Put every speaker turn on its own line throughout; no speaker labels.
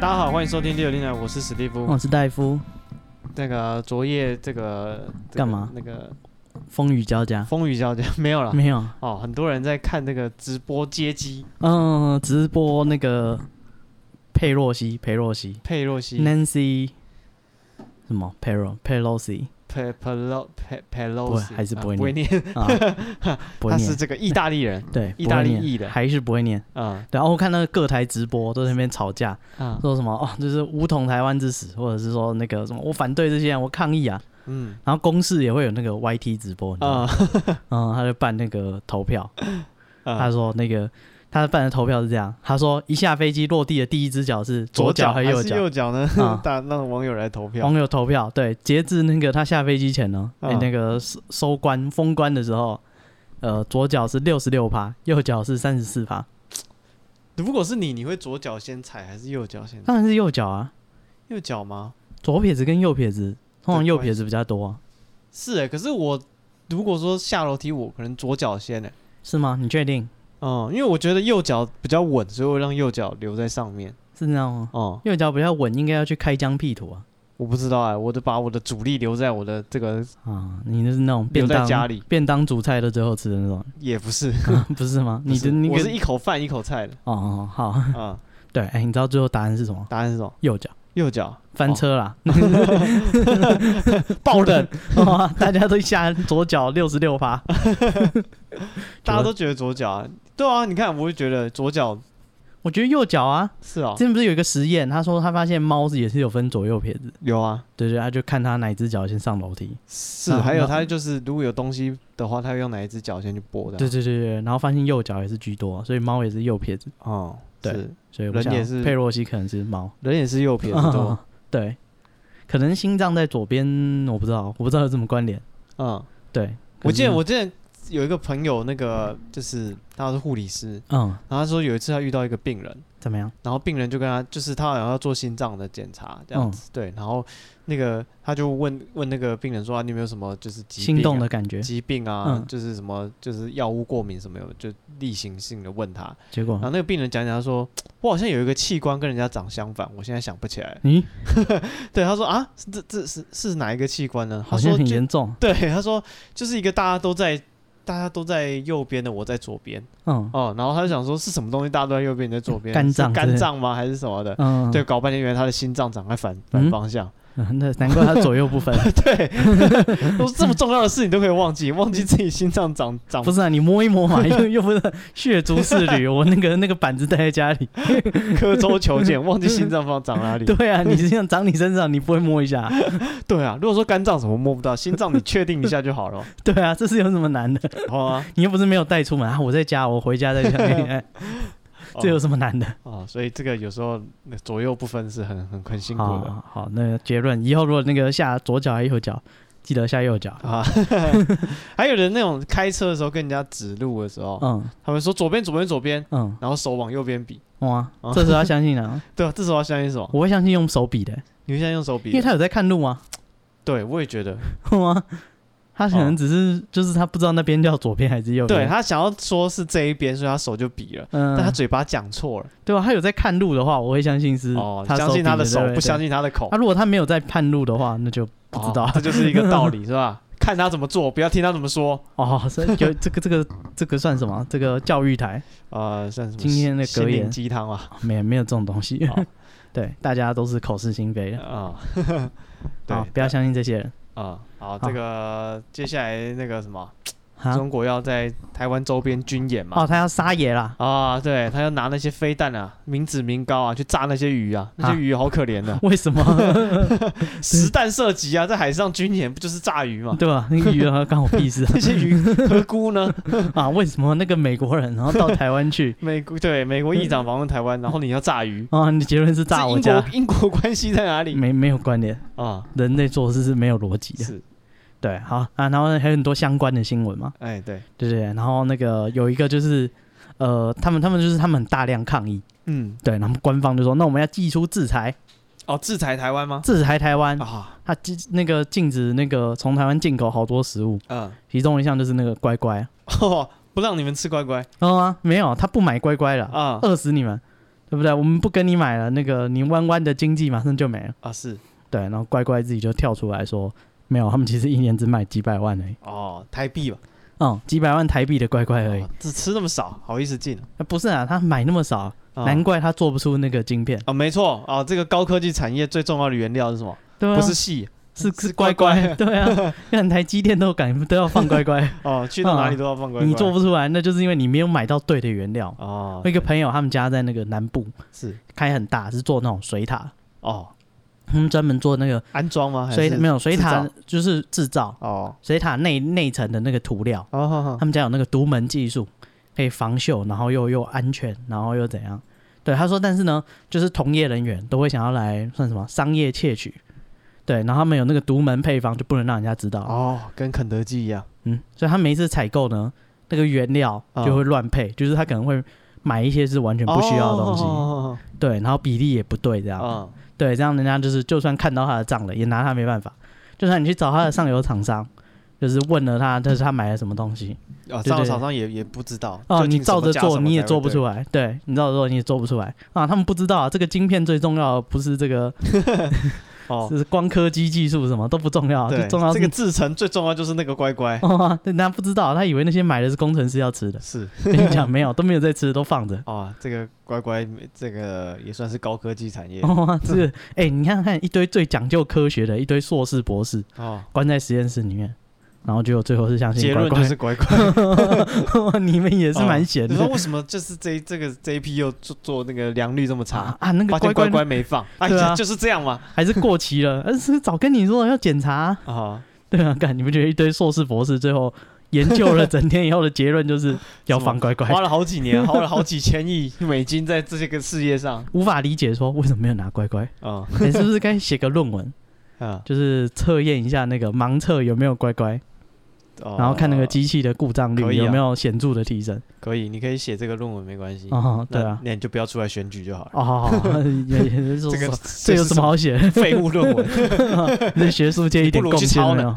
大家好，欢迎收听六零来，我是史蒂夫。
哦我是戴夫，
那个昨夜这个这个
干嘛
那个
风雨交加，
风雨交加 没有了
没有，
哦，很多人在看这个直播街机
嗯，直播那个佩洛西，佩洛西
佩洛西
，Nancy，什么佩洛佩洛西
佩佩洛佩佩洛
不会
西，
还是
啊
不会
不会念，
啊，不会
他是
念，
这个意大利人
对，
意大利
不会念
裔的
还是不会念。
啊
对，然哦后我看那个各台直播都在那边吵架，
啊
说什么哦，就是武统台湾之死，或者是说那个什么我反对这些人，我抗议啊。
嗯
然后公视也会有那个 YT 直播，你知道吗
啊
嗯，他就办那个投票，他
啊，
说那个他办的投票是这样，他说一下飞机落地的第一只脚是左脚
脚
还是右
是
脚？
右脚呢
啊？
大让网友来投票
网友投票，对，截至那个他下飞机前呢，
嗯
哎那个收收官封关的时候，呃，左脚是六十六趴，右脚是三十四趴，
如果是你，你会左脚先踩还是右脚先？踩？
当然是右脚啊，
右脚吗？
左撇子跟右撇子，通常
对
右撇子比较多、啊，
是哎，可是我如果说下楼梯，我可能左脚先哎。
是吗？你确定
哦、因为我觉得右脚比较稳，所以我让右脚留在上面。
是这样吗？
哦、
右脚比较稳，应该要去开疆辟土啊，
我不知道哎、我得把我的主力留在我的这个
啊，你就是那种便
留在
当
家里
便当煮菜的最后吃的那种，啊
也不是，
不是吗？你
不是
的那
我
个
是一口饭一口菜的
哦哦好，
啊、
对，哎、你知道最后答案是什么？
答案是什么？
右脚
右脚
翻车啦！
哦 爆 冷，
哇，大家都下左脚六十六趴，
大家都觉得左脚啊，对啊，你看，我就觉得左脚
我觉得右脚啊，
是啊
之，前不是有一个实验，他说他发现猫是也是有分左右撇子，
有啊，
对对，他就看他哪只脚先上楼梯，
是，
啊
还有
那
他就是如果有东西的话，他会用哪一只脚先去拨的，啊
对，对对对，然后发现右脚也是居多，所以猫也是右撇子，
哦，
对
是，
所以我想
人也是
佩洛西可能是猫，
人也是右撇子多，
对，可能心脏在左边，我不知道，我不知道有什么关联，
嗯，
对，
我记得
可是
我之前有一个朋友，那个就是他是护理师，
嗯
然后他说有一次他遇到一个病人，
怎么样？
然后病人就跟他，就是他好像要做心脏的检查这样子，
嗯
对，然后那个他就问问那个病人说、啊、你有没有什么就是疾病、啊、
心动的感觉，
疾病啊，
嗯
就是什么就是药物过敏什么有，就例行性的问他，
结果
然后那个病人讲讲他说，我好像有一个器官跟人家长相反，我现在想不起来 了。
咦，
对，他说啊，是这这是是哪一个器官呢？他
好
说
像很
就
严重，
对，他说就是一个大家都在。大家都在右边的，我在左边
嗯
哦。然后他就想说，是什么东西？大家都在右边，你在左边？
肝
是
脏之类
肝
的
脏吗？还是什么的？
嗯，
对，，搞半天原来他的心脏长在反反
嗯
方向。
那难怪他左右 不分，
对，都是这么重要的事，你都可以忘记，忘记自己心脏长长
不是啊，你摸一 摸嘛，又又不是血族四旅，我那个那个板子带在家里。
刻舟求 剑，忘记心脏方长哪里。
对啊，你这样长你身上，你不会摸 一下？
对啊，如果说肝脏怎么摸不到，心脏你确定一下就好 了，
对啊，这是有什么难的？
好啊。
你又不是没有带出门啊，我在家，我回家再 讲。哎这有
哦
什么难的？
哦，所以这个有时候那左右不分是很很很哦辛苦
好啊
的
好好，那个结论，以后如果那个下左脚还是右脚，记得下右脚。
啊。 还有人那种开车的时候跟人家指路的时候，
嗯
他们说左边左边左边，
嗯，
然后手往右边比。
哇
哦，
这时候要相信 啊，
对啊，这时候要相信什么？
我会相信用手比的，
你现在用手比
因为
的，
他有在看路啊，
对我也觉得，
哇，他可
哦
能只是就是他不知道那边叫左边还是右
对
边。
他想要说是这一边，所以他手就比了。
嗯，
但他嘴巴讲错了，
对吧、啊他有在看路的话，我会相信是
哦，
他
相信他的手，不相
信。
信他的口
啊他、，如果他没有在看路的话，那就不知道
哦这就是一个道 理，是吧？看他怎么做，不要听他怎么说。
哦。所以有这个这个这个算什么？这个教育台
呃，算什么
今天的
心
格言
灵鸡汤 啊？
没没有这种东西。
好
对，大家都是口是心非的，
啊，对
好，不要相信这些人。
啊，好，
好啊
这个接下来那个什么，
哈
中国要在台湾周边军演嘛
哦，，他要撒野啦，
啊，对，他要拿那些飞弹啊，民脂民膏啊，去炸那些鱼啊，那些鱼好可怜 的、
为什么？
实弹射击啊，在海上军演不就是炸鱼嘛？
对吧？那个鱼啊，干我屁事啊
这些鱼何辜呢？
啊！为什么那个美国人然后到台湾去
美国对美国议长访问台 湾，然后你要炸鱼，
啊？你的结论是炸
这
我
英
家嗯
国？ 英国关系在哪里
没没有关联，
啊？
人类做事是没有逻辑的。
是，
对，好啊，然后还有很多相关的新闻嘛，
哎，对，
对对对。然后那个有一个就是，呃，他们他们就是他们很大量抗议，
嗯，
对，然后官方就说，那我们要祭出制裁，
哦，制裁台湾吗？
制裁台湾，
啊，
他禁那个禁止那个从台湾进口好多食物，
嗯，
其中一项就是那个乖乖啊，
哦不让你们吃乖乖
哦啊，没有，他不买乖乖了，
啊
饿死你们，对不对？我们不跟你买了，那个你弯弯的经济马上就没了。
啊，是
对，然后乖乖自己就跳出来说，没有，他们其实一年只买几百万而已，
哦，台币吧，
嗯，几百万台币的乖乖而已。
哦只吃那么少，好意思进啊？
啊不是啊，他买那么少，
啊
难怪他做不出那个晶片。
啊，没错啊，这个高科技产业最重要的原料是什么？
对啊，
不是戏
是
是
是乖
乖
乖，
乖
对啊，看台积电都敢都要放乖乖，
哦，去到哪里都要放乖乖。
啊你做不出来，那就是因为你没有买到对的原料。
哦
我，一个朋友他们家在那个南部
是
开很大，是做那种水塔，
哦，
他们专门做那个
安装哦吗？还
水
是
没有水塔
制造
就是制造
哦
水塔内内层的那个涂料，
哦 好好
他们家有那个独门技术，可以防锈，然后又又安全，然后又怎样？对，他说，但是呢，就是同业人员都会想要来算什么商业窃取，对，然后他们有那个独门配方，就不能让人家知道，
哦，跟肯德基一样
嗯，所以他每一次采购呢，那个原料
哦
就会乱配，就是他可能会买一些是完全不需要的东西，
哦
对，然后比例也不对，这
哦
样，
哦
对，这样人家就是就算看到他的账了，也拿他没办法。就算你去找他的上游厂商，就是问了他，但是他买了什么东西，
哦啊，
对
上
对
厂商也也不知道
哦，你照着做你也做不
来。
出来，对你照着做你也做不出来啊！他们不知道、啊、这个晶片最重要的不是这个，
哦，
就是光刻机技术什么都不重要，
对
就，重要是
这个制成最重要就是那个乖乖，，
哦，对他不知道，他以为那些买的是工程师要吃的
是
跟你讲没有，都没有在吃，都放着。
哦，这个乖乖，这个也算是高科技产业
哦，这个哎、你看看一堆最讲究科学的，一堆硕士博士
哦。
关在实验室里面，然后结果最后是相信
结
乖
论
乖
就是乖 乖，
你们也是蛮
哦
闲
你说
的。
为什么就是这这个这一批又做做那个良率这么差
啊？啊，那个
发
乖
现
乖
乖乖没放，哎
对啊
呀，就是这样嘛。
还是过期了，但是早跟你说要检查啊，
啊，
对啊，干你不觉得一堆硕士博士最后研究了整天以后的结 论就是要放乖乖，
花了好几年，花了好几千 亿美金在这个事业上。
无法理解说为什么没有拿乖乖，
啊
你是不是该写个论文，
啊，
就是测验一下那个盲测有没有乖乖，
哦
然后看那个
机
机器的故障
可
率
以啊
有没有显著的提升？
可以，你可以写这个论文没关系。
哦，
那
对啊，
那你就不要出来选举就好了。
哦，好好好也也是说
这个
这有什 么好写？
废物论文？
你对学术界一点
你不
贡
如去
献
抄
没有？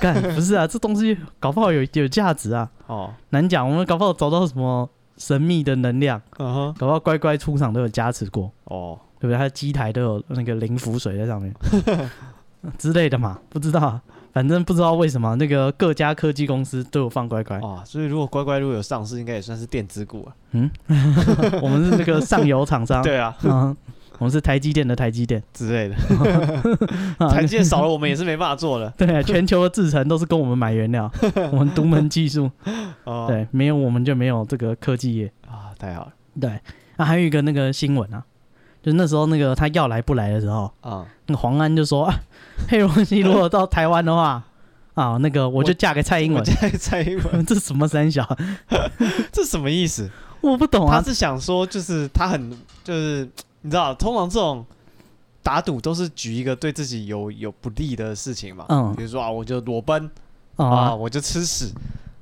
干不是啊，这东西搞不好有有价值啊，
哦，
难讲，我们搞不好找到什么神秘的能量，
嗯哼，
搞不好乖乖出场都有加持过。
哦，
对不对？它的机台都有那个零浮水在上 面之类的嘛，不知道啊，反正不知道为什么那个各家科技公司都有放乖乖。
哦，所以如果乖乖如果有上市，应该也算是电子股啊。
嗯，我们是那个上游厂 商，
对啊，
嗯，我们是台积电的台积电，
之 类的，
啊
台积电少了我们也是没办法做了。
对，啊全球的制程都是跟我们买原 料，我们独门技术，
哦，
对，没有我们就没有这个科技业。
啊，太好了
对，啊，还有一个那个新闻啊，就是那时候那个他要来不来的时候，
啊，
那个黄安就说，啊、佩洛西如果到台湾的话，啊，那个 我就嫁给蔡英
我
文。
在蔡英 文，
这什么三小？
这什么意思？
我不懂
他
啊。
是想说，就是他很就是你知道，通常这种打赌都是举一个对自己有有不利的事情嘛，
嗯
比如说啊，我就裸奔啊，
哦，
我就吃屎，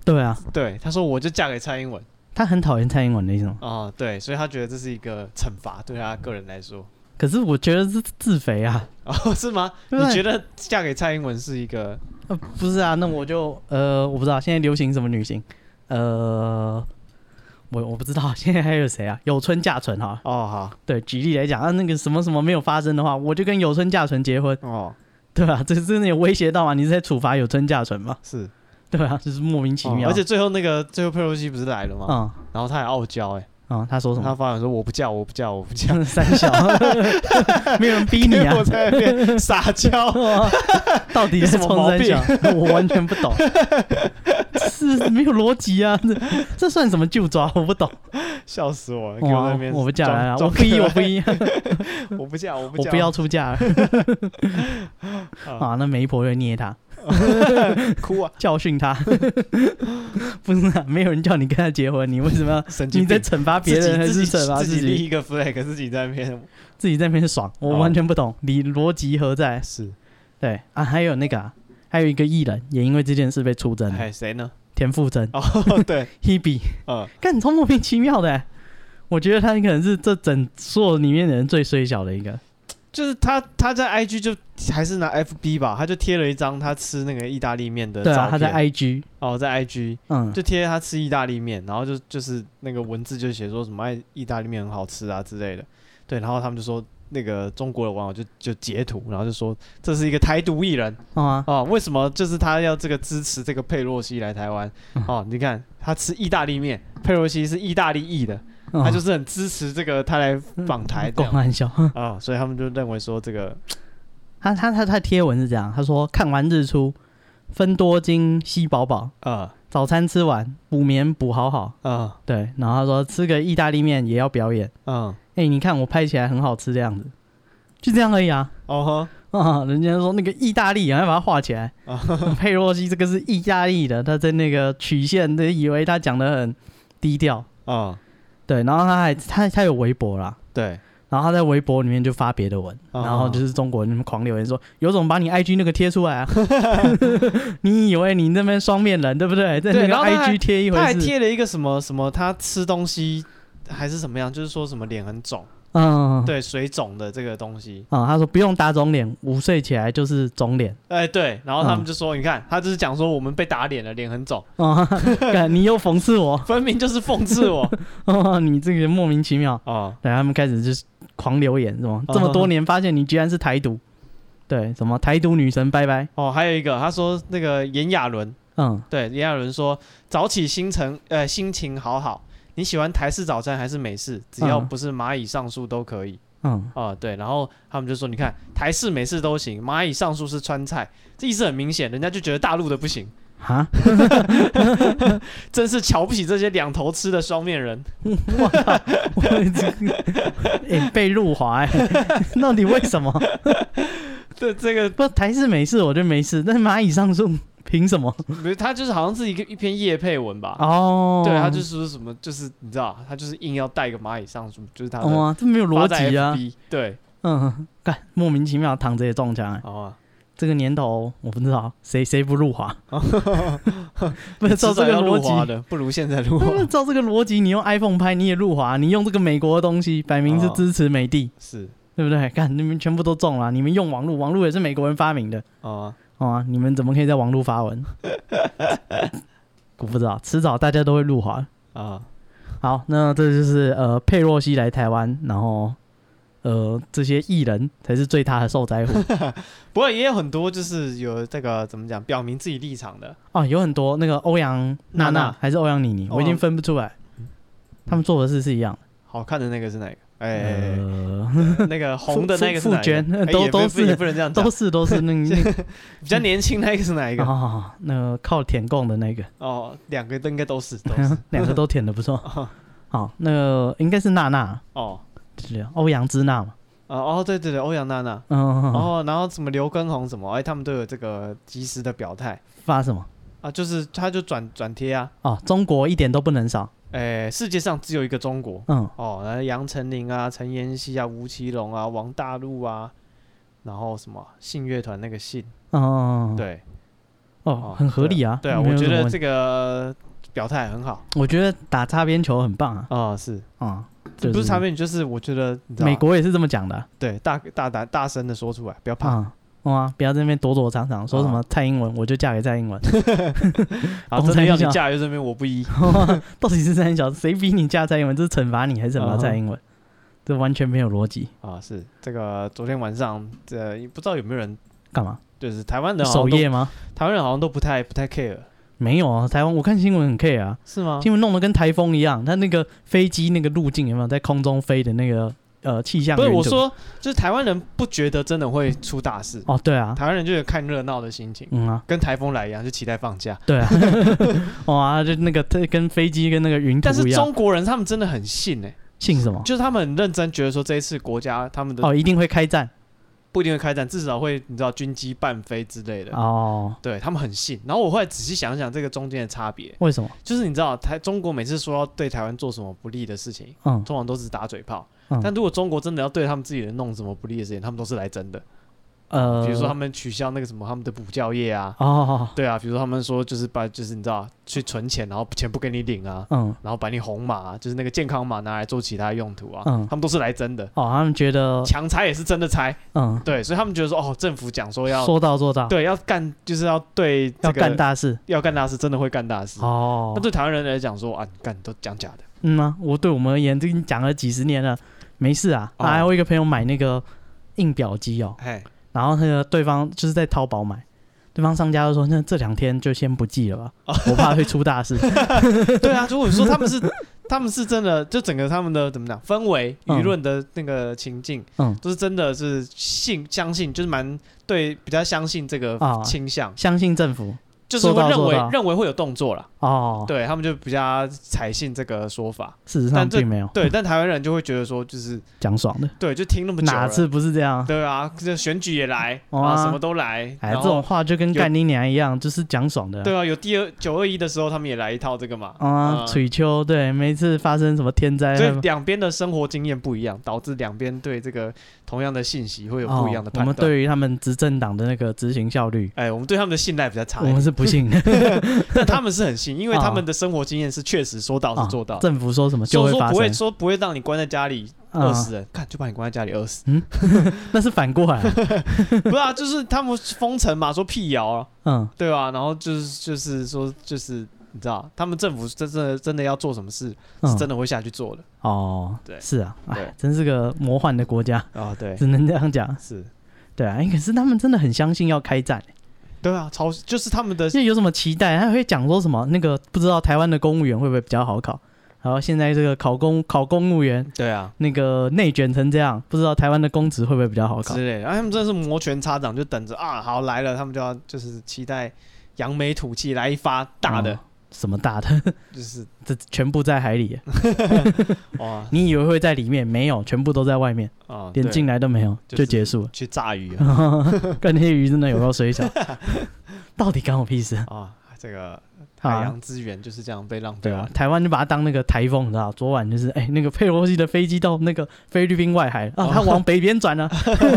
对啊，
对，他说我就嫁给蔡英文
他很讨厌蔡英文的一种。
啊，对，所以他觉得这是一个惩罚，对他个人来说，
可是我觉得是自肥啊。
哦，是吗？你
对
觉得嫁给蔡英文是一个
呃，不是啊，那我就呃，我不知道现在流行什么女星，呃，我我不知道 现在还有谁啊？有村架纯哈，
哦好
对，举例来讲啊，那个什么什么没有发生的话，我就跟有村架纯结婚，
哦
对吧、 这真的有威胁到吗？你是在处罚有村架纯吗？
是
对啊，就是莫名其
哦
妙。
而且最后那个最后佩洛西不是来了吗？
嗯
然后他还傲娇哎、
嗯，他说什
他
么？
发言说我不嫁我不嫁我不嫁，
三小，没有人逼 你啊
我！在那边撒娇。
到底在冲三小？我完全不懂， 是没有逻辑啊！这这算什么就抓？我不懂。
笑死我了！给我在
哇
那边，
我不嫁了啊，
装
我不 依，我不，
装
依，
可爱 我不嫁，我不
我
嫁，
不要出嫁 了
啊
啊！那媒婆就捏他，
哭啊！
教训他。不是啊，没有人叫你跟他结婚，你为什么 要？
神经
你
病
在惩罚别
自己
人还
自
是
己
惩罚
自己立
己？
一个 flag，自己在那边
自己在那边爽，我
哦
完全不懂，你逻辑何在？
是，
对啊，还有那个啊，还有一个艺人也因为这件事被出征了，
哎，谁 呢？
田馥甄
哦，对，
Hebe，
嗯，
干超莫名其妙的欸。我觉得他可能是这整所有里面的人最衰小的一个。
就是他，他在 IG 就还是拿 FB 吧，他就贴了一张他吃那个意大利面的
对
照
啊，
片，
他在 IG，
哦，在 IG
嗯，
就贴他吃意大利面，然后就就是那个文字就写说什么哎意大利面很好吃啊之类的，对，然后他们就说那个中国的网友就就截图，然后就说这是一个台独艺人
好啊，
啊，为什么就是他要这个支持这个佩洛西来台湾
嗯
哦，你看他吃意大利面，佩洛西是意大利裔的，
嗯
他就是很支持这个他来访台这
广
样
安笑。
啊、所以他们就认为说这个
他他他他贴文是这样，他说看完日出，分多金吸饱饱，
啊
早餐吃完补眠补好好。
啊
对，然后他说吃个意大利面也要表演。
嗯
哎、你看我拍起来很好吃的样子，就这样而已啊。
哦
啊、 人家说那个意大利，然后把它画起来。
啊
佩洛西这个是意大利的，他在那个曲线，都以为他讲的很低调。
呵啊
对，然后他还他他有微博啦，
对
然后他在微博里面就发别的文，
哦
然后就是中国人狂留言说，有种把你 IG 那个贴出来 啊！ 你以为你那边双面人对 不对？在那
对
个
然后他还
IG 贴一回
他还
事，
贴了一个什么什么，他吃东西还是什么样，就是说什么脸很肿，
嗯，
对水肿的这个东西。
啊、他说不用打肿脸，五岁起来就是肿脸。
哎、对，然后他
嗯
们就说，你看他就是讲说我们被打脸了，脸很肿，
啊、 干你又讽刺我、
分明就是讽刺 我
哦，你这个人莫名其妙。
哦
对，他们开始就是狂留言，是吗？
哦
这么多年发现你居然是台独，对，什么台独女神拜拜，
哦，还有一个他说那个炎亚纶，
嗯，
对炎亚纶说早起心情呃心情好好，你喜欢台式早餐还是美式，只要
嗯
不是蚂蚁上树都可以。
嗯，
啊、对，然后他们就说，你看台式、美式都行，蚂蚁上树是川菜，这意思很明显，人家就觉得大陆的不行，
哈，
真是瞧不起这些两头吃的双面人。
我靠，我这个，哎、被入华、欸， 到底为什么？
对，这个
不，台式美式我就没事，但是蚂蚁上树凭什么？
不是他就是好像是一个一篇叶配文吧？
哦，
对，他就是说什么，就是你知道，他就是硬要带个蚂蚁上树，就是他的
哇、这没有哦逻
发在
辑啊，
FB 对，
嗯，干莫名其妙躺着也中枪、欸，
好啊，
这个年头我不知道谁谁不入华， 哦 不是照
迟
这
早
个
要入
逻辑
华。的，不如现在 入华
那照这个逻辑，你用 iPhone 拍你也入华，你用这个美国的东西，摆明是
哦
支持美帝，
是
对不对？看你们全部都中了，你们用网络，网络也是美国人发明的，
啊，
哦、啊，你们怎么可以在网络发文？ 我不知道，迟早大家都会入华。
啊，
好，那这就是呃佩洛西来台湾，然后呃这些艺人才是最大的受灾户
不过也有很多就是有这个怎么讲，表明自己立场的，
哦，有很多那个欧阳
娜
娜娜
娜哦
还是欧阳妮妮，我已经分不出来，他们做的事是一样的。
好看的那个是哪个？哎、
呃，
那个红的那个是哪一个
傅娟
哎
都
也不
都是
也不能这样讲
都，是都是那个那个
比较年轻那个是哪一个？
哦，那个靠舔供的那个，
哦，两个都应该都是都是
两个都舔的 不错。好，那个应该是娜娜，
哦
就是欧阳之娜嘛。
哦哦对对对，欧阳娜娜，
嗯，
哦然后什么刘畊宏什么，哎他们都有这个及时的表态
发什么？
啊，就是他就转转贴啊，
哦，中国一点都不能少。
哎世界上只有一个中国
嗯，
哦，然后杨丞琳啊、陈妍希啊、吴奇隆啊、王大陆啊，然后什么信乐团那个信，
哦，，
对
哦，很合理啊。
对啊，
没
我
有
觉
什么
得
问
这个表态很好
我觉得打擦边球很棒啊。
啊，是
啊，
这不是场面，就是我觉得你知道
美国也是这么讲的啊
对，大大胆大声的说出来，不要怕。
啊。哇！不要在那边躲躲藏藏，说什
啊
么蔡英文我就嫁给蔡英文，
然后真的要你嫁，就这边我不依。
到底是三小谁逼你嫁蔡英文？这是惩罚你还是惩罚
啊
蔡英文？这完全没有逻辑，
啊，是这个昨天晚上，这也不知道有没有人，
干嘛？
就是台湾人好像
守
都
夜吗？
台湾人好像都不太不太 care，
没有啊，台湾我看新闻很 care 啊，
是吗？
新闻弄得跟台风一样，它那个飞机那个路径有没有在空中飞的那个呃气象
不
云
是
图。
我说，就是台湾人不觉得真的会出大事，
哦，对啊，
台湾人就有看热闹的心情，
嗯啊，
跟台风来一样，就期待放假。
对啊， 哇、就那个特跟飞机跟那个云
但是
图一样
中，国人他们真的很信哎、
信什么？
就是他们很认真觉得说这一次国家他们的
哦，一定会开战
不一定会开战，至少会你知道军机半飞之类的。
哦？
对他们很信，然后我后来仔细想想这个中间的差别，
为什么？
就是你知道台中国每次说要对台湾做什么不利的事情，
嗯
通常都是打嘴炮。
嗯
但如果中国真的要对他们自己人弄什么不利的事情，他们都是来真的。
呃，
比如说他们取消那个什么他们的补教业啊，
哦，
对啊，比如说他们说就是把就是你知道去存钱，然后钱不给你领啊，
嗯
然后把你红码、啊就是那个健康码拿来做其他用途啊，
嗯
他们都是来真的。
哦，他们觉得
强拆也是真的拆，
嗯，
对，所以他们觉得说哦，政府讲说要
说到做到，
对要干就是要对、这
要
个嗯
干大事
要干大事，真的会干大事。
哦
那。对台湾人来讲说啊，你干都讲假的，
嗯啊，我对我们而言，这已经讲了几十年了，没事啊。
哦
还有一个朋友买那个印表机哦，
哎，
然后那个对方就是在淘宝买，对方商家就说那这两天就先不寄了吧，
哦
我怕会出大事。
对啊，如果说他们是他们是真的，就整个他们的怎么讲氛围、
嗯
舆论的那个情境，
嗯
都是真的是信相信，就是蛮对比较相信这个
啊
倾向，
相信政府
就是会
说到
认
做
为
到
认为会有动作啦，
哦，
对他们就比较采信这个说法。
事实上
但这
并没有
对，但台湾人就会觉得说，就是
讲爽的，
对，就听那么久了
哪次不是这 样？
对啊，这选举也来，
哦
啊，
啊
什么都来，
哎，
然
这
后
种话就跟干你娘一样，就是讲爽的。
对啊，有第二九二一的时候，他们也来一套这个嘛，
啊，
嗯
水秋对，每次发生什么天灾，哦
所以
他们
两边的生活经验不一样，导致两边对这个同样的信息会有不一样的
哦我
判
们
断。
对于他们执政党的那个执行效率，
哎，我们对他们的信赖比较差
我
一点，
们是不 信的。
但他们是很信，因为
哦
他们的生活经验是确实说到是做到，
政府说什么啊就
就
会
说
发
不会
生。
说不会让你关在家里
啊
饿死人，看就把你关在家里饿死。
那是反过来，
不是啊，就是他们封城嘛，说辟谣啊，
嗯，
对吧、然后就是就是说就是你知道，他们政府真真的真的要做什么事，是
嗯
真的会下去做的
哦，
对
是啊，哎
对，
真是个魔幻的国家，
啊、对，
只能这样讲。
是，
对啊，哎可是他们真的很相信要开战，
对啊，超就是他们的
就有什么期待，他会讲说什么那个不知道台湾的公务员会不会比较好考，然后现在这个考公考公务员
对啊
那个内卷成这样，不知道台湾的公职会不会比较好考
之？类的，哎然、后他们真的是摩拳擦掌，就等着啊，好来了，他们就要就是期待扬眉吐气来一发大的，
哦什么大的，
就是
这全部在海 里耶，
哇啊
你以为会在里面？没有，全部都在外面，，
哦
连
对
进来都没有，
就
就是结束了。
去炸鱼啊
干那些鱼真的有够水 小，到底干我屁事？
啊，这个海
啊
洋资源就是这样被浪费
对
了
啊，。台湾就把它当那个台风，你知道？昨晚就是，哎、那个佩洛西的飞机到那个菲律宾外海啊
哦，
它往北边转了，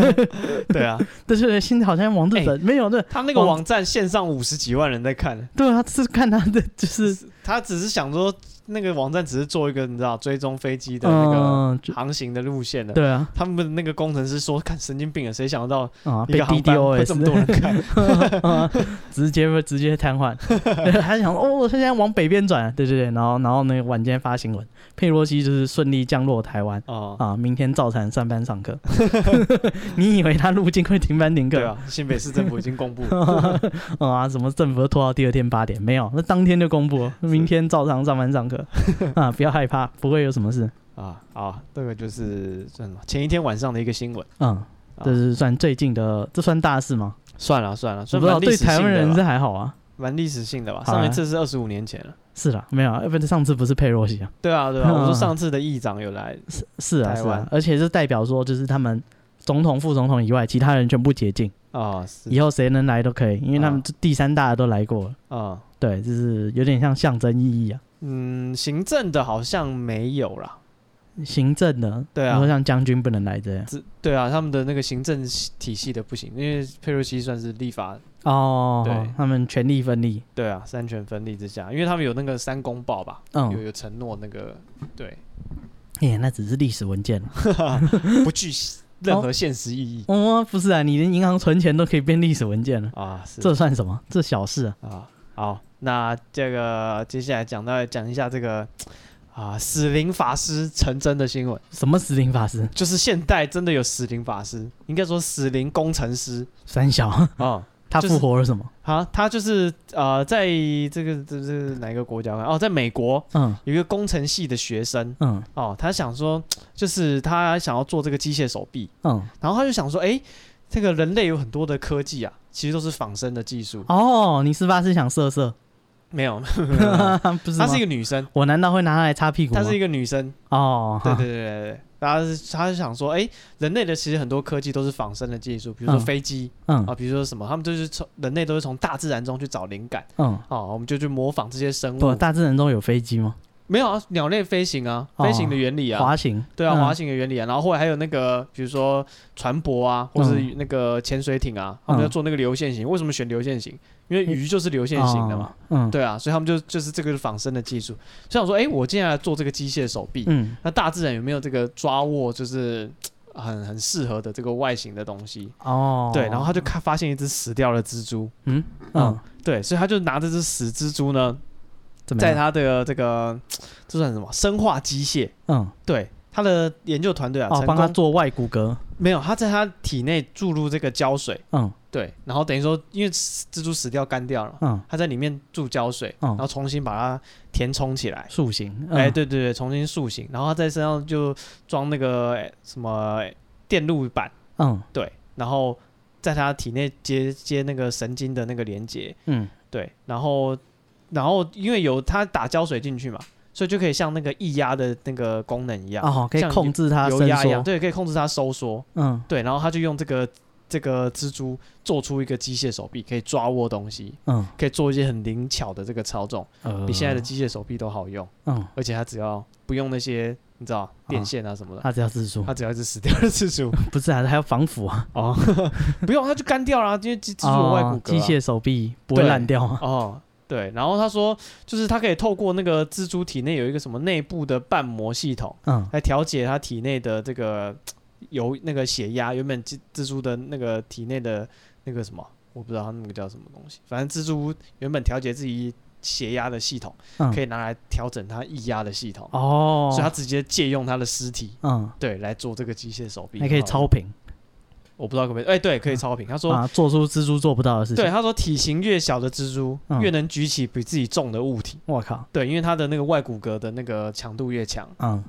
对啊，
但是现在好像往日本、没有，对
他们那个网站线上五十几万人在看，
对啊，是看它的就是
他只是想说那个网站只是做一个你知道追踪飞机的那
嗯，就
个航行的路线的。
对啊，
他们那个工程师说：“看神经病啊，谁想得到
啊，
一
被
个航班会这么多
DDoS，
人看
啊直接会直接瘫痪。对他想哦，他现在往北边转，对对对，然后然后那个晚间发新闻，佩洛西就是顺利降落台湾。？”
哦，
啊，明天照常上班上课。你以为他入境会停班停课？
对啊，新北市政府已经公布 了
啊，什么政府都拖到第二天八点？没有，那当天就公布了，明天照常上班 上课。啊，不要害怕，不会有什么事。
啊啊，这个就是算什么？前一天晚上的一个新闻，
嗯，
啊
这是算最近的，这算大事吗？
算了算了，
我
算
不知道，
蛮历
对
史
台湾
性
人
的
是
吧，
还好啊。
蛮历史性的吧？
好啊
上一次是二十五年前了。
是啦，没有啊，呃不是上次不是佩洛西啊，
对啊对啊，我说
嗯
上次的议长有来，
是是啊
台
是啊
湾，
而且是代表说就是他们总统、副总统以外，其他人全部解禁，
啊是
以后谁能来都可以，因为他们
啊
就第三大的都来过了。
啊
对，就是有点像象征意义啊。
嗯，行政的好像没有啦。
行政的，
对啊
你说像将军不能来这样。
这对啊，他们的那个行政体系的不行，因为佩洛西算是立法，
哦，
对
他们权力分立，
对啊，三权分立之下，因为他们有那个三公报吧，有
嗯，
有承诺那个对，
耶，那只是历史文件 了。
不具任何现实意义、
哦，不是啊，你连银行存钱都可以变历史文件了，
啊，是
这算什么？这小事啊。
啊，好，那这个接下来讲到讲一下这个啊死灵法师成真的新闻，
什么死灵法师？
就是现代真的有死灵法师，应该说死灵工程师
三小，
啊，
他
就是
复活了什么？
啊，他就是呃，在这个这这哪一个国家？哦，在美国
嗯
有一个工程系的学生
嗯
哦，他想说，就是他想要做这个机械手臂，
嗯，
然后他就想说，哎、这个人类有很多的科技啊，其实都是仿生的技术。
哦，你是发是想 色色？
没有，
不是
她
吗？
是一个女生，
我难道会拿它来擦屁股吗
她？是一个女生。
哦，
对
哈
对对对对，然后是她是想说，哎、人类的其实很多科技都是仿生的技术，比如说
嗯
飞机
嗯
啊，比如说什么，他们就是从人类都是从大自然中去找灵感
嗯，
哦，我们就去模仿这些生
不，
物。
大自然中有飞机吗？
没有啊，鸟类飞行啊，
哦
飞行的原理啊，
滑行，
对啊，
嗯
滑行的原理啊，然后后来还有那个，比如说船舶啊，或是那个潜水艇啊，他们
嗯
要做那个流线型，为什么选流线型？因为鱼就是流线型的嘛，，
哦嗯，
对啊，所以他们就就是这个仿生的技术。所以想说，哎，我接下来做这个机械手臂，
嗯
那大自然有没有这个抓握，就是嘖很很适合的这个外形的东西？
哦，
对，然后他就看发现一只死掉的蜘蛛，
嗯嗯，
对，所以他就拿这只死蜘蛛呢，
怎
嗯
么
在
样？
他的这个嘖这算什么生化机械？
嗯
对，他的研究团队啊，
哦，
成
帮他
功
做外骨骼，
没有，他在他体内注入这个胶水，
嗯
对，然后等于说，因为蜘蛛死掉干掉了，
嗯，
他在里面注胶水，
嗯
然后重新把它填充起来。
塑形，嗯
哎、对对对，重新塑形，然后他在身上就装那个哎什么电路板，
嗯
对，然后在他体内接接那个神经的那个连接，
嗯
对，然后然后因为有他打胶水进去嘛，所以就可以像那个液压的那个功能一样，
哦，可以
像
控制它
油
伸
压一样，
缩，
对，可以控制它收缩，
嗯
对，然后他就用这个这个蜘蛛做出一个机械手臂，可以抓握东西，
嗯，
可以做一些很灵巧的这个操纵，
呃
比现在的机械手臂都好用。
嗯，
而且它只要不用那些你知道电线啊什么的，
他只要 自助，
它只要一只死掉的蜘蛛
不是啊，还要防腐啊，
哦， 不用它就干掉了啊，因为蜘蜘蛛有外骨骼啊、
哦机械手臂不会
对
烂掉啊，
哦。对，然后他说，就是他可以透过那个蜘蛛体内有一个什么内部的瓣膜系统，
嗯
来调节它体内的这个油那个血压。原本蜘蜘蛛的那个体内的那个什么，我不知道它那个叫什么东西，反正蜘蛛原本调节自己血压的系统，
嗯，
可
以
以拿来调整它液压的系统。
哦，
所以它直接借用它的尸体，
嗯，
对，来做这个机械手臂。
还可以
很好用
超，频
我不知道可不可以，哎、对，可以超频。他说。
啊，做出蜘蛛做不到的事情
对，，他说体型越小的蜘蛛
嗯
越能举起比自己重的物体，
我靠，
对，因为它的那个外骨骼的那个强度越强，
嗯，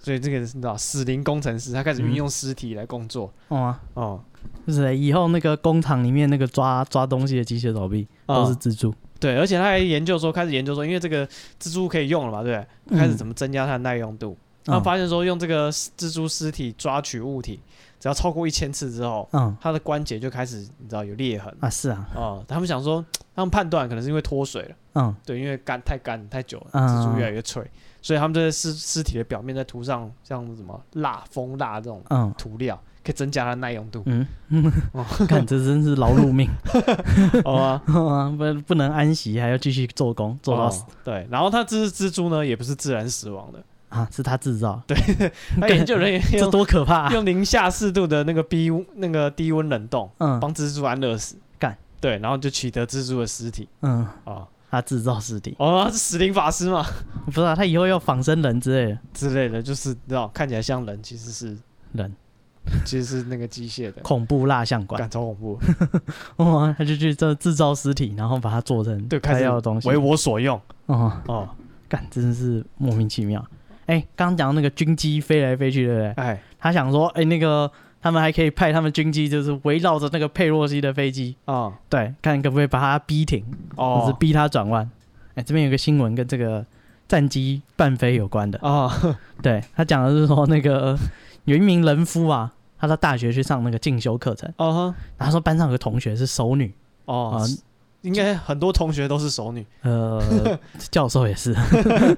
所以这个是你知道死灵工程师，他开始运用尸体来工作，
哦啊，
哦、
就是以后那个工厂里面那个抓抓东西的机械手臂
啊
都是蜘蛛，
哦对，而且他还研究说，开始研究说，因为这个蜘蛛可以用了嘛，对不嗯对？开始怎
么？
么增加它的耐用度？
嗯
他发现说，用这个蜘蛛尸体抓取物体，只要超过一千次之后，
嗯
它的关节就开始你知道有裂痕
啊，是啊，
哦、他们想说，他们判断可能是因为脱水了，
嗯
对，因为干太干太久了，
嗯
蜘蛛越来越脆，所以他们在尸尸体的表面再涂上像什么蜡、蜂蜡这种
嗯。
涂料，可以增加它的耐用度
嗯，看这真是劳碌命，
哦 啊，
不不能安息，还要继续做工做到
哦
死
对，然后它这只蜘蛛呢，也不是自然死 亡的，
啊，是他 制造，对，
它 研究人员用
这多可怕啊！
用零下四度的那个低温那个低温冷冻，
嗯
帮蜘蛛安乐死。
干
对，然后就取得蜘蛛的尸体
嗯，
啊，
他制造尸体，
哦，他是死灵法师嘛
不知道他以后要仿生人之类的
之类的，就是你知道看起来像人，其实是
人，
其实是那个机械的，
恐怖蜡像馆
感，超恐怖，
哇，他就去这制造尸体，然后把它做成
对，开
他
始
要的东西
为，我所用
哦。
哦，
干，真的是莫名其妙。哎、刚刚讲到那个军机飞来飞去，对不对？
哎，
他想说，哎、那个他们还可以派他们军机，就是围绕着那个佩洛西的飞机，
啊
对，看可不可以把它逼停，或是
哦
逼它转弯。哎、这边有个新闻跟这个战机半飞有关的，
啊，
对他讲的是说，那个有一名人夫啊，他到大学去上那个进修课程，
哦
然后他说班上有个同学是熟女，啊
哦，应该很多同学都是熟女
呃，教授也是，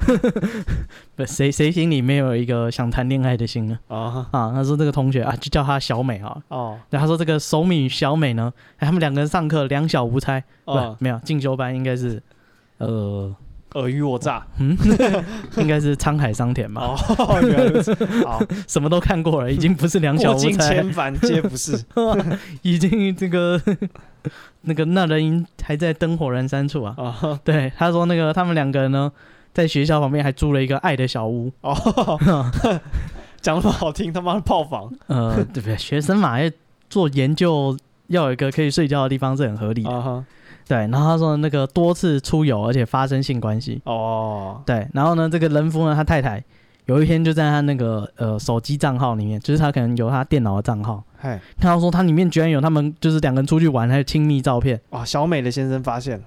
不，谁谁心里没有一个想谈恋爱的心呢？
啊
啊，他说这个同学啊，就叫他小美啊。
哦
然后他说这个手米与小美呢，哎他们两个人上课两小无猜，不、
哦，
没有进修班应该是，呃，
尔虞我诈
嗯，应该是沧海桑田吧，
哦， 原来如此，好，
什么都看过了，已经不是两小
过
无
尽
猜，
千帆皆不是
已经这个那个那人影还在灯火阑珊处啊。
啊
对，他说那个他们两个人呢，在学校旁边还租了一个爱的小屋，
哦，讲那么好听，他妈的炮房
呃，对不对？学生嘛，要做研究要有一个可以睡觉的地方是很合理的。
啊哈，
对，然后他说那个多次出游，而且发生性关系。
哦，
对，然后呢，这个人夫呢，他太太有一天就在他那个呃手机账号里面，就是他可能有他电脑的账号，
嗨，
看到说他里面居然有他们就是两个人出去玩还有亲密照片。
哇，哦小美的先生发现了，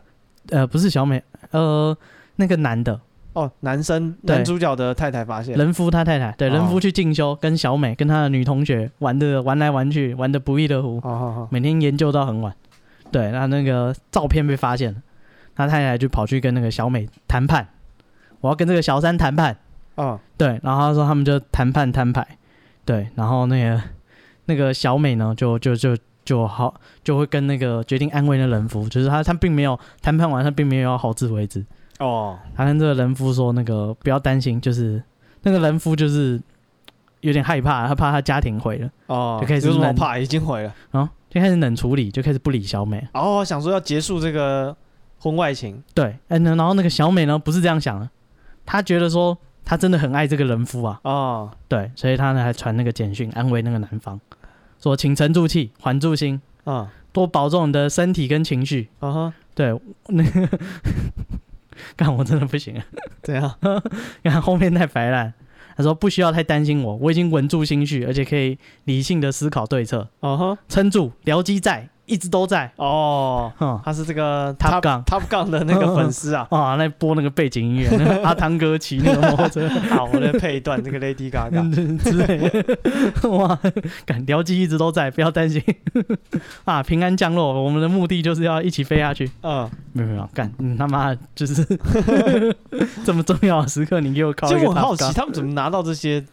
呃，不是小美，呃，那个男的
哦，男生
对
男主角的太太发现了，
人夫他太太，对，
哦
人夫去进修，跟小美跟他的女同学玩的玩来玩去，玩的不亦乐乎。
哦哦
每天研究到很晚。对，那那个照片被发现了，他太太就跑去跟那个小美谈判，我要跟这个小三谈判。
哦，哦，
对，然后他说他们就谈判摊牌，对，然后那个那个小美呢，就就就就好就会跟那个决定安慰那人夫，就是他他并没有谈判完，他并没有要好自为之，
哦，
他跟这个人夫说那个不要担心，就是那个人夫就是有点害怕，他怕他家庭毁了，
哦，
就开始
有什么
冷
怕？已经毁了。
然后就开始冷处理，就开始不理小美。
哦，想说要结束这个婚外情，
对，哎，那然后那个小美呢，不是这样想的，她觉得说她真的很爱这个人夫啊，
哦，
对，所以她呢还传那个简讯安慰那个男方，说请沉住气，缓住心，
嗯，
多保重你的身体跟情绪。
嗯哼，
对，那个 干我真的不行了，
怎 样？
看后面太白烂。他说不需要太担心我，我已经稳住心绪，而且可以理性的思考对策，
嗯哼，
撑住，僚机在，一直都在。
哦，
哼
他是这个
Top Gun。
Top Gun 的那个粉丝啊
啊，那播那个背景音乐，那个阿汤哥骑那个摩托车。
啊，我在配一段这个 Lady Gaga
之类的。 哇，敢僚机一直都在，不要担心 啊！平安降落，我们的目的就是要一起飞下去。
嗯，
没有没有，干你他妈就是 这么重要的时刻，你给我靠
其
一
实
个
我很好
Top Gun
奇，他们怎么拿到这些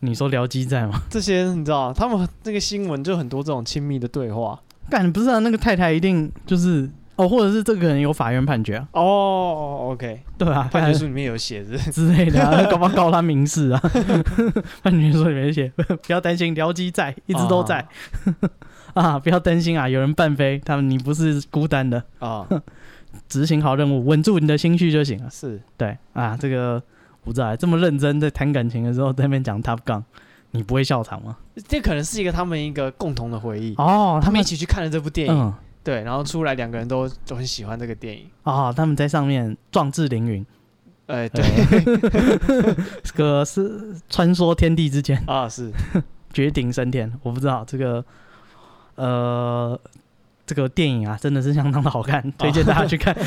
你说僚机在吗？
这些？你知道，他们那个新闻就很多这种亲密的对话。
干不是啊，那个太太一定就是哦，或者是这个人有法院判决啊，
哦，OK，
对啊，
判决书里面有写 着。
之类的、啊，搞不好告他民事啊。 判决书里面写， 不要担心，僚机在，一直都在啊，不要担心啊，有人半飞，他们你不是孤单的。
啊，
执行好任务，稳住你的心绪就行了。
是
对啊，这个我不知道，这么认真在谈感情的时候，在那边讲 Top Gun，你不会笑场吗？
这可能是一个他们一个共同的回忆。
哦，
他们一起去看了这部电影，
嗯
对，然后出来两个人都都很喜欢这个电影。
哦，他们在上面壮志凌云，
哎，
呃
对
这个是穿梭天地之间，
啊，是
绝顶升天。我不知道这个，呃。这个电影啊，真的是相当的好看，推荐大家 去看。
哦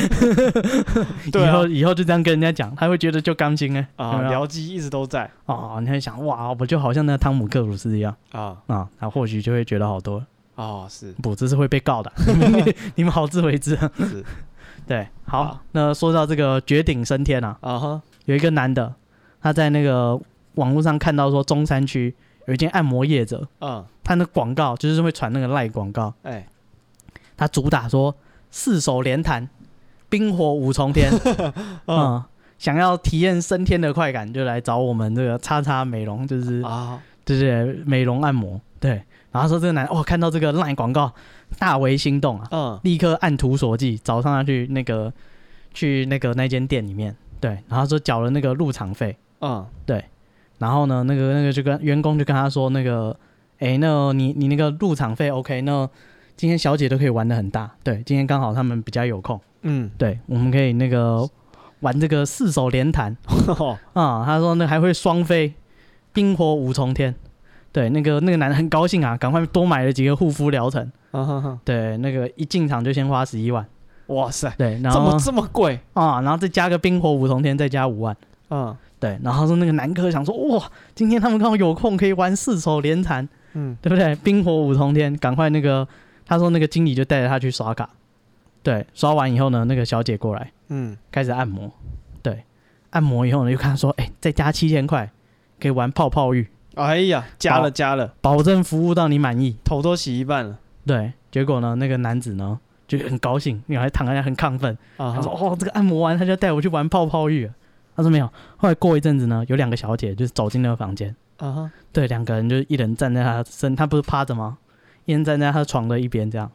对啊
以后以后就这样跟人家讲，他会觉得就刚心哎、有
啊，
没有
僚机一直都在
哦，你会想哇，我就好像那个汤姆克鲁斯一样。
啊，
啊，那或许就会觉得好多了。
哦，是
不，这是会被告的， 你们你们好自为之。
是
对，好，
好
那说到这个绝顶升天啊，
啊哈，
有一个男的，他在那个网络上看到说中山区有一间按摩业者，
嗯，
他的广告就是会传那个赖广告，
哎，
他主打说四手连弹，冰火五重天，嗯，想要体验升天的快感，就来找我们这个叉叉美容，就是
啊，
就是美容按摩，对。然后说这个男，哇，哦看到这个 LINE 广告，大为心动啊，
嗯，
立刻按图索骥，找上他去那个去那个那间店里面，对。然后说缴了那个入场费，
嗯，
然后呢，那个那个就跟员工就跟他说那个，哎，那你你那个入场费 OK，那今天小姐都可以玩的很大，对，今天刚好他们比较有空，
嗯，
对，我们可以那个玩这个四手连弹，
哦
啊、他说那还会双飞，冰火五重天。对，那个那个男的很高兴啊，赶快多买了几个护肤疗程。
啊哈哈，
对，那个一进场就先花十一万。
哇塞，
对，然
这
后
么这么贵，
啊、然后再加个冰火五重天，再加五万。
嗯
对，然后说那个男客想说，哇，今天他们刚好有空可以玩四手连弹，
嗯，
对不对？冰火五重天，赶快那个，他说那个经理就带着他去刷卡。对，刷完以后呢，那个小姐过来
嗯，
开始按摩。对，按摩以后呢，又看他说，哎，再加七千块，可以玩泡泡浴。
哎呀，加
好
了加了，
保证服务到你满意。
头都洗一半了
对，结果呢，那个男子呢就很高兴，因为还躺在那很亢奋，
啊
他说
哈，：“
哦，这个按摩完，他就带我去玩泡泡浴了。”他说没有。后来过一阵子呢，有两个小姐就是走进那个房间，
啊哈，
对，两个人就一人站在他身，他不是趴着吗？一人站在他床的一边，这样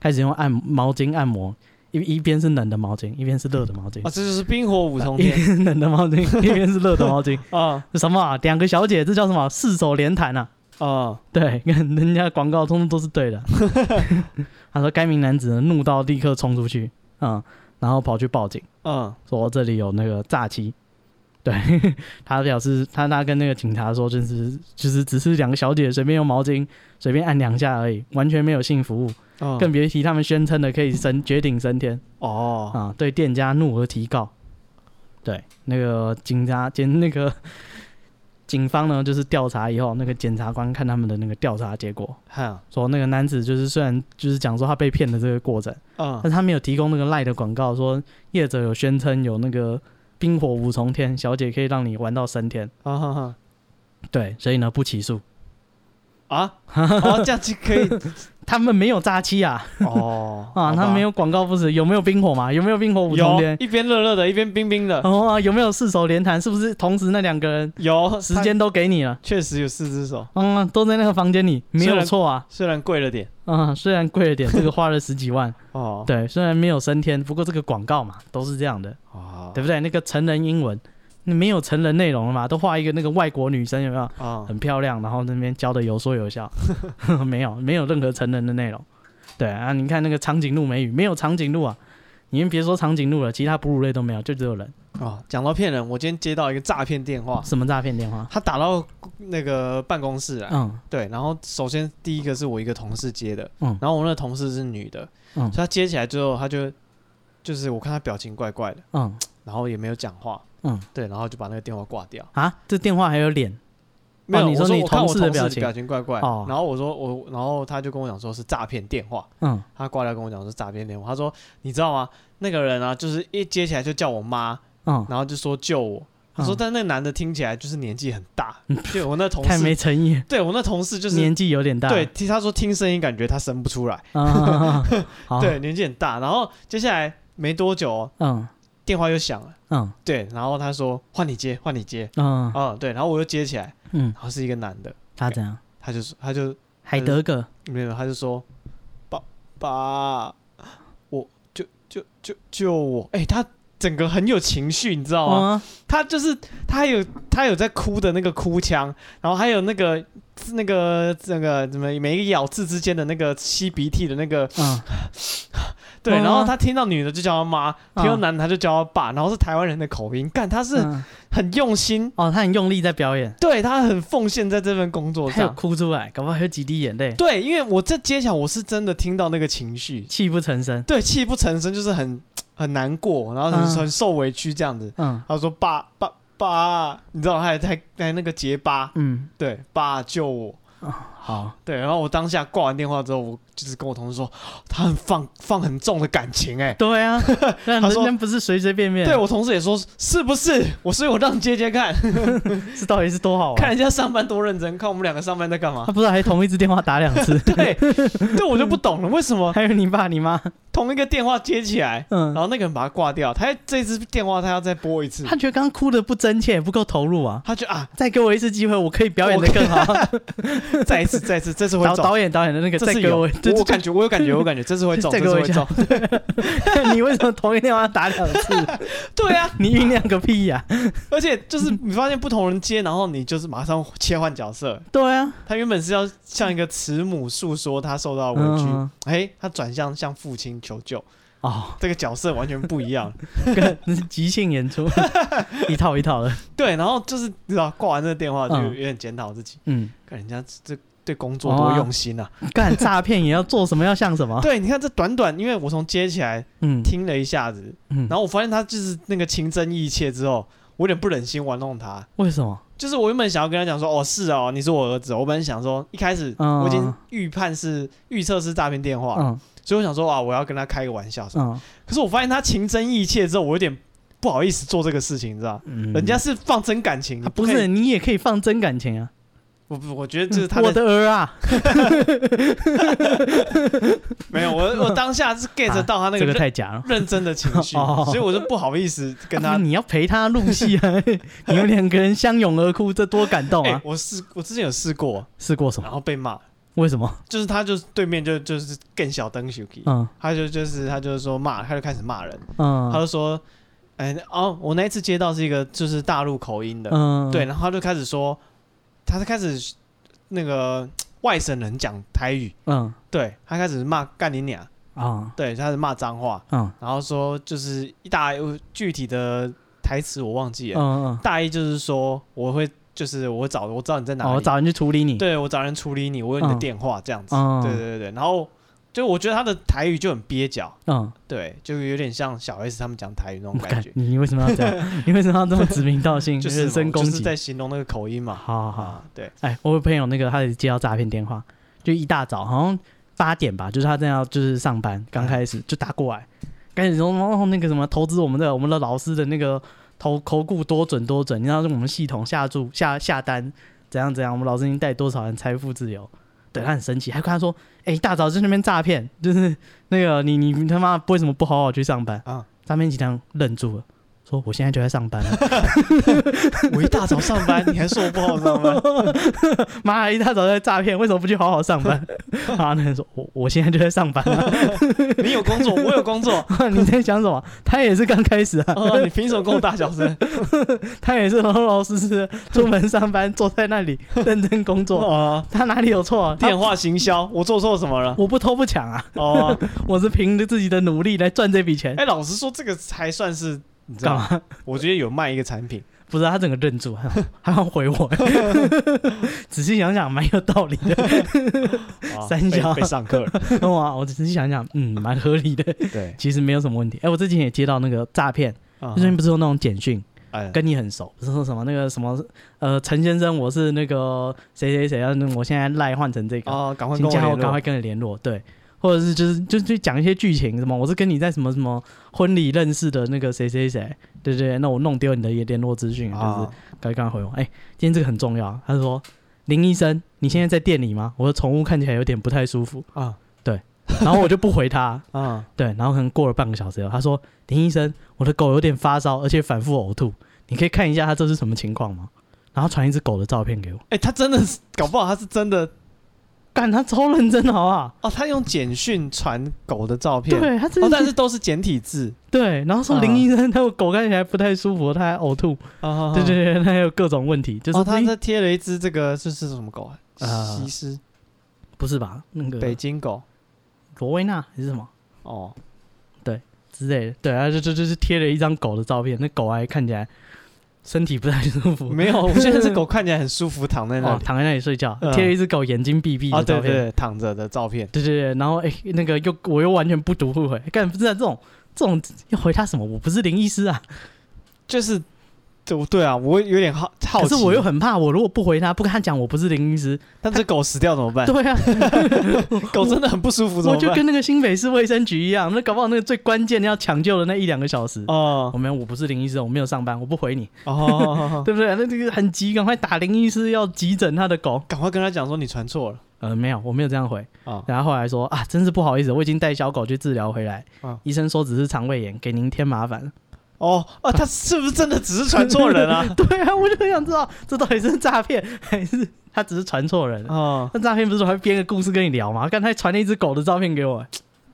开始用按毛巾按摩，一一边是冷的毛巾，一边是热的毛巾
啊，，这就是冰火五重
一
天
边是冷的毛巾，一边是热的毛巾，
啊，
什么啊？两个小姐，这叫什么？四手连弹啊！
哦，
对，跟人家广告通通都是对的。 他说该名男子呢怒到立刻冲出去，嗯，然后跑去报警，
嗯，
说这里有那个诈欺。 对他表示，他他跟那个警察说，就是就是只是两个小姐随便用毛巾随便按两下而已，完全没有性服务，
嗯
更别提他们宣称的可以升绝顶升天
哦，
啊！对店家怒而提告。对，那个警察检那个 警方呢，就是调查以后，那个检察官看他们的那个调查结果，
哈，
说那个男子就是虽然就是讲说他被骗的这个过程，
嗯
但，是他没有提供那个赖的广告，说业者有宣称有那个冰火五重天，小姐可以让你玩到升天，
啊哈哈，
对，所以呢不起诉，
啊，哦，这样子可以，
他们没有诈欺啊
哦，
啊，
好
他
吧
们没有广告不实，有没有冰火嘛？有没有冰火五重
有
天？
一边热热的，一边冰冰的，
哦、啊，有没有四手连弹？是不是同时那两个人
有
时间都给你了？
确实有四只手，
嗯、都在那个房间里，没
虽
有
然
错啊。
虽然贵了点，
嗯，虽然贵了点，这个花了十几万，
哦，
对，虽然没有升天，不过这个广告嘛，都是这样的。
啊，
对不对？那个成人英文，那没有成人内容了嘛，都画一个那个外国女生有没有？
啊，
很漂亮，然后那边教的有说 有笑，没有没有任何成人的内容。对啊，你看那个长颈鹿美语，没有长颈鹿啊，你们别说长颈鹿了，其他哺乳类都没有，就只有人。
哦，讲到骗人，我今天接到一个诈骗电话，
什么诈骗电话？
他打到那个办公室来，
嗯
对，然后首先第一个是我一个同事接的，
嗯
然后我那个同事是女的，
嗯
所以她接起来之后，她就就是我看她表情怪怪的，
嗯
然后也没有讲话，
嗯
对，然后就把那个电话挂掉。
啊，这电话还有脸
没有，
哦你说
我说
你
我看
同
我
事的
同
表
事
情
表情怪怪，
哦
然后我说我，然后他就跟我讲说是诈骗电话，
嗯
他挂掉跟我讲是诈骗电话，他说你知道吗？那个人啊，就是一接起来就叫我妈，
嗯，
然后就说救我。他说：“但那个男的听起来就是年纪很大，对我那同
嗯太没
事，
诚意，
对我那同事就是
年纪有点大。
对，听他说听声音感觉他生不出来，
啊啊，好，
对，年纪很大。然后接下来没多久哦，
嗯
电话又响了，
嗯
对，然后他说换你接，换你接，
嗯
嗯，对，然后我又接起来，
嗯，
然后是一个男的，
他怎样？
他就说他就
海德格，
没有，他就说爸爸，我就就就救我，哎、他整个很有情绪，你知道吗？
嗯
他就是他有他有在哭的那个哭腔，然后还有那个那个那个怎么每一个咬字之间的那个吸鼻涕的那个
嗯，
对，
嗯
然后他听到女的就叫他妈，听到男的他就叫他爸，然后是台湾人的口音，干他是
嗯
很用心，
哦，他很用力在表演。
对他很奉献在这份工作
还有
上。
哭出来，搞不好还有几滴眼泪，
对，因为我这接下来我是真的听到那个情绪，
泣不成声。
对，泣不成声，就是很很难过，然后很、
嗯
很受委屈这样子。
嗯
他说爸爸爸，你知道他还还还那个结巴，
嗯，
对，爸救我。
哦好，
对，然后我当下挂完电话之后，我就是跟我同事说，他很放放很重的感情、哎，
对 啊，但人
说
家不是随随便便，
对我同事也说是不是？我所以我让你接接看，
哦这到底是多好
看
玩？
人家上班多认真，看我们两个上班在干嘛
他。不是还同一只电话打两次，
对，对我就不懂了，为什么
还有你爸你妈，
同一个电话接起来，然
嗯，
后那个人把它挂掉，他这次电话他要再拨一次
他，觉得刚刚哭的不真切，不够投入啊，
他就啊，
再给我一次机会，我可以表演的 更好。
再一次，再一次，这次会
导
中，
导演导演的那个，
这
再
次
给
有，
我，这
我我感觉，我有感觉，我有感觉，这 次会中，
再
这
给
次
我一
会中。
这你为什么同一个电话打两次？
对啊，
你酝酿个屁呀！
而且就是你发现不同人接，然后你就是马上切换角色。
对啊，
他原本是要向一个慈母诉说他受到的委屈
嗯，
哎、他转向向父亲求救，
哦，
这个角色完全不一样。
跟那是即兴 演出，一套一套的，
对，然后就是你知道挂完这个电话就
嗯
有点检讨自己，
嗯。
看人家这对工作多用心啊！
干诈骗也要做什么要像什么。
对，你看这短短，因为我从接起来
嗯
听了一下子，
嗯，
然后我发现他就是那个情真意切之后，我有点不忍心玩弄他。
为什么？
就是我原本想要跟他讲说，哦，是哦，你是我儿子哦。我本来想说，一开始
嗯
我已经预判是预测是诈骗电话，
嗯
所以我想说啊，我要跟他开个玩笑什么。
嗯
可是我发现他情真意切之后，我有点不好意思做这个事情，你知道？
嗯
人家是放真感情，你
啊不
可以
是，你也可以放真感情啊！
我不我 觉得这是他
我
的
的儿啊，
没有，我我当 下是 get 到他 那
啊这
个
个
认
太假了。
认真的情绪，
哦
所以我就不好意思跟
啊
他
不。 你要陪他入戏啊！ 你们两个人相拥而哭，这多感动
哎、
啊！
我试我之前有试过，
试过什么
然？后被骂，
为什么？
就是他就是对面就就是更小灯 Suki，、
嗯
他就就是他就是说骂，他就开始骂人，他
嗯
就说，哎、哦，我那一次接到是一个就是大陆口音的，
嗯，
对，然后他就开始说，他就开始那个外省人讲台语，
嗯
对他开始骂干你娘，
啊
对，他是骂脏话，
嗯
然后说就是一大具体的台词我忘记
嗯
了，
嗯，
大意就是说我会就是我找我知道你在哪里，
哦，我找人去处理你，
对我找人处理你，我有你的
嗯
电话这样子，
嗯
对对对对，然后就我觉得他的台语就很蹩脚，
嗯，
对，就有点像小 S 他们讲台语那种
我
感
感
觉，
你为什么要这样？ 你为什么要这么指名道 姓、
就是
人
嘛
身攻
就是
击？
在形容那个口音嘛，
好好好，
啊， 对，
哎，我有朋友那个他也接到诈骗电话，就一大早好像八点吧，就是他正要就是上班，刚开始就打过来，开始说哦那个什么投资我们的我们的老师的那个投投顾多准多准，你知道我们系统下注下下单怎样怎样，我们老师已经带多少人财富自由。对他很生气，还跟他说：“哎、一大早就那边诈骗，就是那个你你他妈为什么不好好去上班？”
啊
啊，诈骗集团愣住了，说：“我现在就在上班啊了。”
我一大早上班，你还说我不好上班？
妈，一大早在诈骗，为什么不去好好上 班？啊，那人说，我我现在就在上班、啊，
你有工作，我有工作，
你在想什么？他也是刚开始啊，
哦，你凭什么跟我大小 声？
他也是老老实实地出门上班，坐在 那里认真工作，
哦，
他哪里有错、啊？
电
他
话行销，我做错什么 了？
我不偷不抢啊，
哦，
我是凭着自己的努力来赚这笔钱。
哎，老实说，这个才算是啊你知道
干
吗？
嘛？
我觉得有卖一个产品，
不是他整个愣住，还 要还要回我。 仔细想想，蛮有道理 的。
啊
三
被
小
被上课 了，
哇，我仔细想想，嗯，蛮合理的。
对，
其实没有什么问题。哎、我之前也接到那个诈骗，
啊
最近不是有那种简讯，
哎，
跟你很熟，不是说什么那个什么呃陈先生，我是那个谁谁谁，然后那我现在赖换成这个，
哦，赶快
请
跟我
加我
联
赶
络
快，跟你联络，对，或者是就是就就讲一些剧情，什么我是跟你在什么什么婚礼认识的那个谁谁谁，对对，对那我弄丢你的联络资讯，就是
啊，
赶快赶快回我，哎、今天这个很重要啊，他说林医生，你现在在店里吗？我的宠物看起来有点不太舒服，
啊
然后我就不回他，
啊，
对，然后可能过了半个小时以后，他说林医生，我的狗有点发烧，而且反复呕吐，你可以看一下它这是什么情况吗？然后传一只狗的照片给我，
哎，他真的是，搞不好他是真的
干他超认真好不好？
哦，他用简讯传狗的照片，
对，他真
哦
的、，
但是都是简体字，
对，然后说
啊
林医生，他的狗看起来不太舒服，他还呕吐，
啊，
对对对，他还有各种问题，就是、
哦，他
诶
这贴了一只这个这是什么狗啊？
啊
西施，
不是吧？那
北
个
京狗。
罗威纳还是什么
哦，
之类的，对，他就就就是贴了一张狗的照片，那狗还看起来身体不太舒服，
没有，我觉得这狗看起来很舒服，躺嗯在那
哦，
里。
躺在那里睡觉，
嗯
贴了一只狗眼睛闭闭
啊，
的
对
照
对
片，
对，躺着的照片。
对对对，然后哎、诶那个又我又完全不读不回，干不知啊道这种这种要回他什么？我不是林医师啊，
就是，对对啊，我有点好好
可
奇，
是我又很怕，我如果不回他，不跟他讲我不是林医师，
但这狗死掉怎么办？
对啊，
狗真的很哎不舒服，怎
我
么
就
办？
跟那个新北市卫生局一样，那搞不好那个最关键的要抢救的那一两个小时，
哦
我没有，我不是林医师，我没有上班，我不回你，
哦哦，哦
对不对？那这个很急，赶快打林医师要急诊他的狗。
赶快跟他讲说你传错了
呃，没有，我没有这样回。
啊
然后后来说啊，真是不好意思，我已经带小狗去治疗回来，
嗯
医生说只是肠胃炎，给您添麻烦了。
哦啊，他是不是真的只是传错人啊？
对啊，我就很想知道这到底是诈骗还是他只是传错人。
哦，
那诈骗不是还会编个故事跟你聊吗？刚才传了一只狗的照片给我。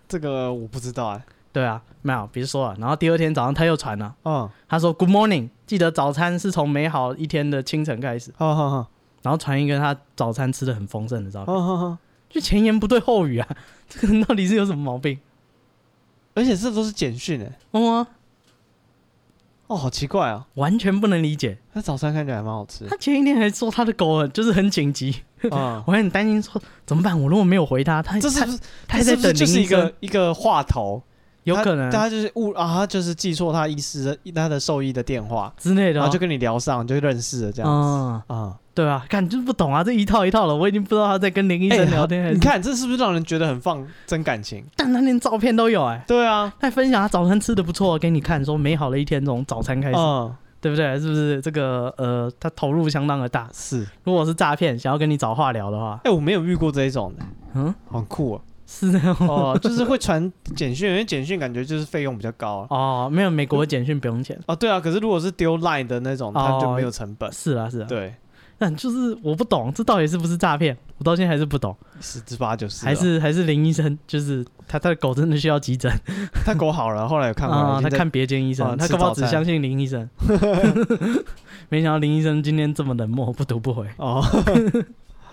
这个我不知道哎。
对啊，没有，别说了。然后第二天早上他又传了，
哦，
他说 Good morning，记得早餐是从美好一天的清晨开始。
好好好
然后传一个他早餐吃的很丰盛的照片，
好好好，
就前言不对后语啊， 这个人到底是有什么毛病？
而且这都是简讯哎，
哦、
哦，好奇怪啊。
完全不能理解。
那早餐看起来还蛮好吃
他前一天还说他的狗很就是很紧急，
啊。
我还很担心说怎么办？我如果没有回他，他
这是
他
不是这
他还在
是不是
等
就是
林
一
医生
个一个话头？
有
他
可能
他就是误啊，他就是记错他医师的他的兽医的电话，
之类的
然
啊、
后就跟你聊上，就认识了这样子
嗯，
啊。
对啊，看就是不懂啊，这一套一套的，我已经不知道他在跟林医
哎
生聊天还
好
是。
你，看这是不是让人觉得很放真感情？
但他连照片都有哎、
对啊，
他还分享他早餐吃的不错，给你看，说美好的一天从早餐开始，
嗯，
对不对？是不是这个呃，他投入相当的大。
是。
如果是诈骗，想要跟你找话聊的话，
哎，我没有遇过这一种的，
嗯，
很酷 哦
是这样吗
哦，就是会传简讯，因为简讯感觉就是费用比较高啊。
哦，没有美国的简讯不用钱。
哦，对啊，可是如果是丢 line 的那种，它就没有成本。
是啊，是啊，
对，
但就是我不懂，这到底是不是诈骗？我到现在还是不懂，
十之八九是啊。
还是还是林医生，就是他他的狗真的需要急诊
他狗好了，后来有看过了，已，
啊他
经在
看别间医生，
哦
他
吃
搞不好
早
只
餐
相信林医 生。没想到林医生今天这么冷漠，不读不回。
哦，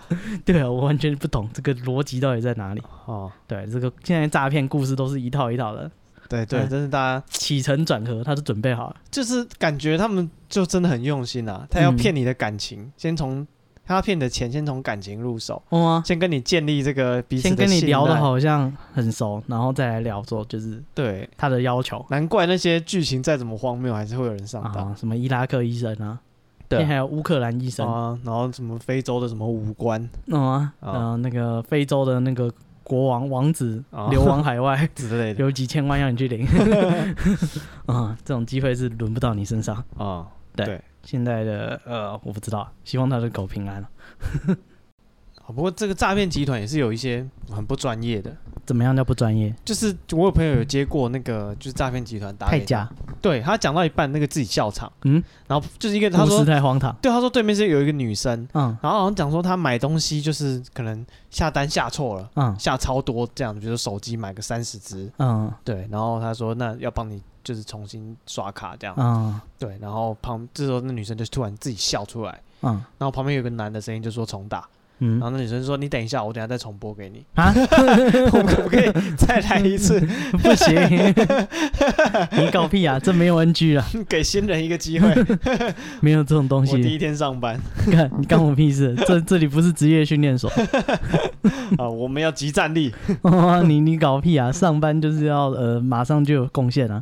对啊，我完全不懂这个逻辑到底在哪里。
哦，
对，这个现在诈骗故事都是一套一套的，
对对，
嗯
真是大家
起承转合他都准备好了。
就是感觉他们就真的很用心
嗯
啊，他要骗你的感情，先从他要骗你的钱，先从感情入手，
哇、
先跟你建立这个彼此
先
的
跟你
信
聊的
赖，
好像很熟，然后再来聊说就是
对，
他的要求
难怪那些剧情再怎么荒谬，还是会有人上当。
啊，什么伊拉克医生啊，
对
现在还有乌克兰医生，
啊，然后什么非洲的什么五官
嗯啊，
哦
然后那个非洲的那个国王王子
哦，
流亡海 外
之类的
有几千万要你去 领，啊，这种机会是轮不到你身上。
啊，
现在的呃，我不知道，希望他的狗平安啊了。
好啊不过这个诈骗集团也是有一些很不专业的，
怎么样叫不专业？
就是我有朋友有接过那个就是诈骗集团打
太
给他，
假，
对他讲到一半那个自己笑场，
嗯，
然后就是一个他
故事
说
太荒唐。
对他说对面是有一个女生，
嗯
然后好像讲说他买东西就是可能下单下错了，
嗯
下超多这样，比如说手机买个三十只，
嗯
对，然后他说那要帮你就是重新刷卡这样，
嗯
对，然后旁这时候那女生就突然自己笑出来。
嗯
然后旁边有个男的声音就说重打，然
嗯
后那女生说你等一下，我等一下再重播给 你，
啊，
我可不可以再来一次，
不行，你搞屁啊！这没有 NG 啊，
给新人一个机会？
没有这种东
我第
西。
一天上班
看你干我屁事？这这里不是职业训 练所，
啊，我们要集战力，
哇你你搞屁啊！上班就是要呃马上就有贡献啊，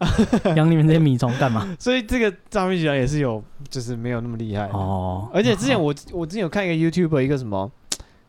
养你们这些米虫干嘛？
所以这个诈骗集团也是有，就是没有那么厉害。哦，
哦，
而且之前我我之前有看一个 YouTube 一个什么